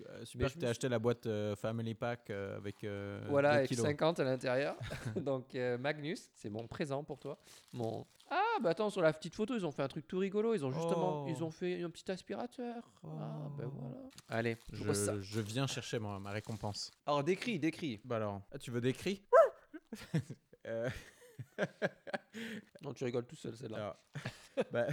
Speaker 1: Euh,
Speaker 2: Mais
Speaker 1: Super,
Speaker 2: je
Speaker 1: que
Speaker 2: me
Speaker 1: t'as
Speaker 2: suis-
Speaker 1: acheté la boîte euh, Family Pack euh, avec euh,
Speaker 2: Voilà,
Speaker 1: 2
Speaker 2: avec
Speaker 1: kilos.
Speaker 2: 50 à l'intérieur. Donc euh, Magnus, c'est mon présent pour toi. Mon Ah bah attends, sur la petite photo, ils ont fait un truc tout rigolo, ils ont justement ils
Speaker 1: Oh.
Speaker 2: ont fait un petit aspirateur. Ah bah
Speaker 1: Oh.
Speaker 2: voilà. Allez, je
Speaker 1: Je,
Speaker 2: pose ça.
Speaker 1: je viens chercher moi, ma récompense.
Speaker 2: Alors décris, décris.
Speaker 1: Bah alors, ah, tu veux des cris Euh,
Speaker 2: Non, tu rigoles tout seul celle-là.
Speaker 1: Alors, bah,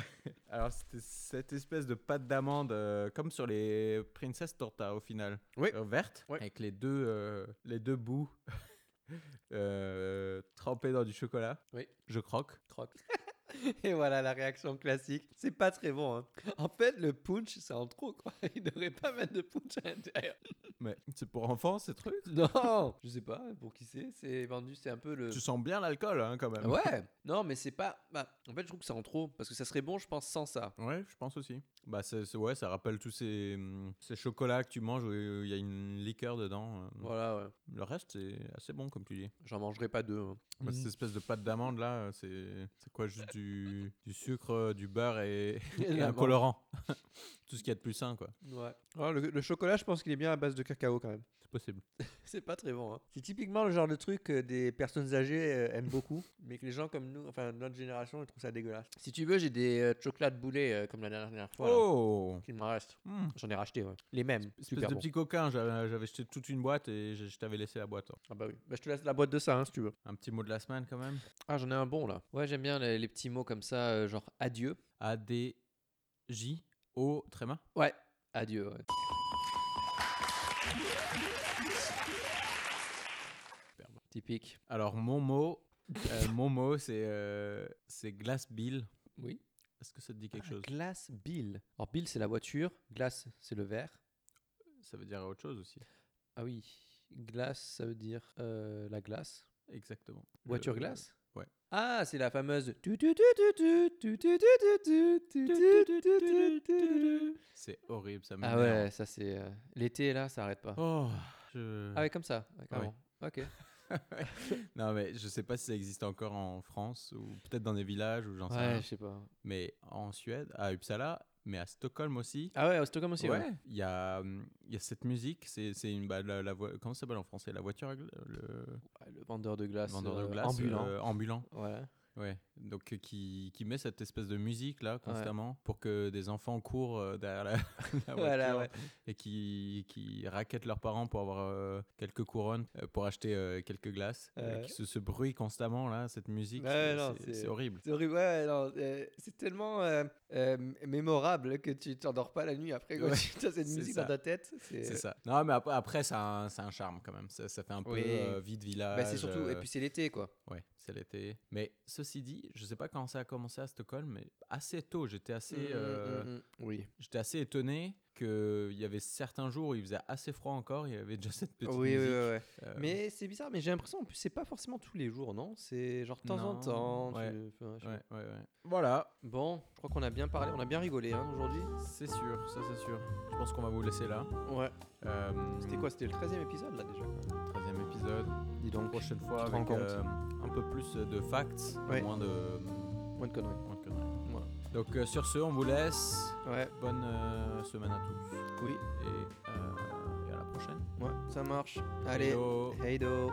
Speaker 1: alors c'était cette espèce de pâte d'amande, euh, comme sur les Princess Torta au final,
Speaker 2: Oui.
Speaker 1: Euh, verte,
Speaker 2: Oui.
Speaker 1: avec les deux, euh, les deux bouts euh, trempés dans du chocolat.
Speaker 2: Oui.
Speaker 1: Je croque.
Speaker 2: Croque. Et voilà la réaction classique. C'est pas très bon. hein. En fait, le punch, c'est en trop quoi. Il devrait pas mettre de punch à l'intérieur.
Speaker 1: Mais c'est pour enfants ces trucs.
Speaker 2: Non, je sais pas pour qui c'est. C'est vendu, c'est un peu le
Speaker 1: Tu sens bien l'alcool hein, quand même.
Speaker 2: Ouais. Non, mais c'est pas. Bah, en fait, je trouve que c'est en trop parce que ça serait bon, je pense, sans ça.
Speaker 1: Ouais, je pense aussi. Bah c'est c'est- ouais, ça rappelle tous ces, hum, ces chocolats que tu manges où il y a une liqueur dedans. euh.
Speaker 2: Voilà, ouais.
Speaker 1: Le reste c'est assez bon comme tu dis.
Speaker 2: J'en mangerai pas deux. hein.
Speaker 1: Bah,
Speaker 2: Mm.
Speaker 1: Cette espèce de pâte d'amande là, euh, c'est c'est quoi juste du, du sucre, euh, du beurre et,
Speaker 2: Et
Speaker 1: et
Speaker 2: la
Speaker 1: un
Speaker 2: menthe.
Speaker 1: colorant. Tout ce qu'il y a de plus sain quoi.
Speaker 2: Ouais. Ah, le, le chocolat, je pense qu'il est bien à base de cacao quand même.
Speaker 1: C'est possible.
Speaker 2: C'est pas très bon. hein. C'est typiquement le genre de truc que des personnes âgées euh, aiment beaucoup, mais que les gens comme nous, enfin notre génération, ils trouvent ça dégueulasse. Si tu veux, j'ai des euh, chocolats de boulet euh, comme la dernière fois. là,
Speaker 1: Oh
Speaker 2: qu'il me reste.
Speaker 1: Hmm.
Speaker 2: J'en ai racheté, ouais. Les mêmes.
Speaker 1: Espèce
Speaker 2: Super
Speaker 1: de
Speaker 2: bon.
Speaker 1: petit coquin, j'avais j'avais jeté toute une boîte et je, je t'avais laissé la boîte. hein.
Speaker 2: Ah bah oui. Bah, je te laisse la boîte de ça, hein, si tu veux.
Speaker 1: Un petit mot de la semaine quand même.
Speaker 2: Ah, j'en ai un bon là. Ouais, j'aime bien les, les petits mots comme ça, euh, genre adieu.
Speaker 1: A D J O tréma.
Speaker 2: Ouais, adieu. ouais. Typique.
Speaker 1: Alors mon mot, euh, mon mot c'est euh, c'est glace bill.
Speaker 2: Oui.
Speaker 1: Est-ce que ça te dit quelque
Speaker 2: Ah,
Speaker 1: chose
Speaker 2: Glace Bill. Alors Bill c'est la voiture, glace c'est le verre.
Speaker 1: Ça veut dire autre chose aussi.
Speaker 2: Ah oui, glace ça veut dire euh, la glace.
Speaker 1: Exactement.
Speaker 2: Voiture
Speaker 1: Je-
Speaker 2: glace
Speaker 1: ouais.
Speaker 2: Ah, c'est la fameuse. tu, tu, tu, tu, tu, tu, tu, tu, tu, tu, tu, tu, tu, tu.
Speaker 1: C'est horrible, ça
Speaker 2: Ah
Speaker 1: m'énerve.
Speaker 2: ouais, ça c'est euh, l'été là, ça arrête pas.
Speaker 1: Oh, je-
Speaker 2: Ah ouais, comme ça. ouais,
Speaker 1: Ah oui.
Speaker 2: carrément. Ok.
Speaker 1: Non, mais je sais pas si ça existe encore en France ou peut-être dans des villages ou j'en sais
Speaker 2: Ouais,
Speaker 1: rien.
Speaker 2: je sais pas.
Speaker 1: Mais en Suède, à Uppsala, mais à Stockholm aussi.
Speaker 2: Ah ouais, au Stockholm aussi. Ouais.
Speaker 1: Il y, a, hum, il y a cette musique, c'est c'est une. Bah, la, la voi- comment ça s'appelle en français La voiture à gla- Le
Speaker 2: Ouais, Le vendeur de glace.
Speaker 1: vendeur de
Speaker 2: euh,
Speaker 1: glace
Speaker 2: Ambulant.
Speaker 1: euh, ambulant.
Speaker 2: Voilà.
Speaker 1: Ouais. Donc euh, qui, qui met cette espèce de musique là constamment pour que des enfants courent euh, derrière la, la voiture
Speaker 2: Voilà, ouais.
Speaker 1: et qui, qui raquettent leurs parents pour avoir euh, quelques couronnes, euh, pour acheter euh, quelques glaces. Euh,
Speaker 2: Ouais.
Speaker 1: qui se- ce, bruit constamment là, cette musique,
Speaker 2: Ouais,
Speaker 1: c'est-
Speaker 2: non,
Speaker 1: c'est-
Speaker 2: c'est-
Speaker 1: c'est horrible.
Speaker 2: C'est horrible, ouais, non, euh, c'est tellement euh, euh, m- mémorable que tu t'endors pas la nuit après quand
Speaker 1: Ouais,
Speaker 2: tu as cette
Speaker 1: c'est
Speaker 2: musique
Speaker 1: ça.
Speaker 2: dans ta tête. C'est
Speaker 1: C'est ça. Non, mais ap- après, ça a un, ça a un charme quand même. Ça, ça fait un peu
Speaker 2: Oui.
Speaker 1: euh, vie de village.
Speaker 2: Bah, c'est surtout, et
Speaker 1: euh,
Speaker 2: puis c'est l'été quoi.
Speaker 1: Ouais, c'est l'été. Mais ceci dit, je sais pas quand ça a commencé à Stockholm, mais assez tôt, j'étais assez,
Speaker 2: Mm, mm,
Speaker 1: euh,
Speaker 2: mm, mm. Oui.
Speaker 1: j'étais assez étonné qu'il y avait certains jours où il faisait assez froid encore, il y avait déjà cette petite
Speaker 2: Oui, oui,
Speaker 1: musique.
Speaker 2: oui, ouais.
Speaker 1: euh,
Speaker 2: Mais c'est bizarre, mais j'ai l'impression en plus c'est pas forcément tous les jours, non C'est genre de temps en
Speaker 1: Non,
Speaker 2: temps. tu-
Speaker 1: ouais,
Speaker 2: enfin, je sais
Speaker 1: ouais, ouais, ouais. Voilà,
Speaker 2: pas. Bon, je crois qu'on a bien parlé, on a bien rigolé hein, aujourd'hui.
Speaker 1: c'est sûr, ça c'est sûr. Je pense qu'on va vous laisser là.
Speaker 2: Ouais.
Speaker 1: Euh,
Speaker 2: C'était quoi C'était le 13 e épisode là déjà. quoi.
Speaker 1: 13e épisode.
Speaker 2: Dis donc,
Speaker 1: Prochaine fois
Speaker 2: tu te rends
Speaker 1: avec
Speaker 2: compte.
Speaker 1: euh, un peu plus de facts,
Speaker 2: Ouais.
Speaker 1: moins de.
Speaker 2: moins de conneries.
Speaker 1: moins de conneries.
Speaker 2: Voilà.
Speaker 1: Donc euh, sur ce, on vous laisse.
Speaker 2: Ouais,
Speaker 1: Bonne euh, semaine à tous
Speaker 2: oui,
Speaker 1: et, euh, et à la prochaine.
Speaker 2: ouais, ça marche. Allez,
Speaker 1: Yo.
Speaker 2: hey do.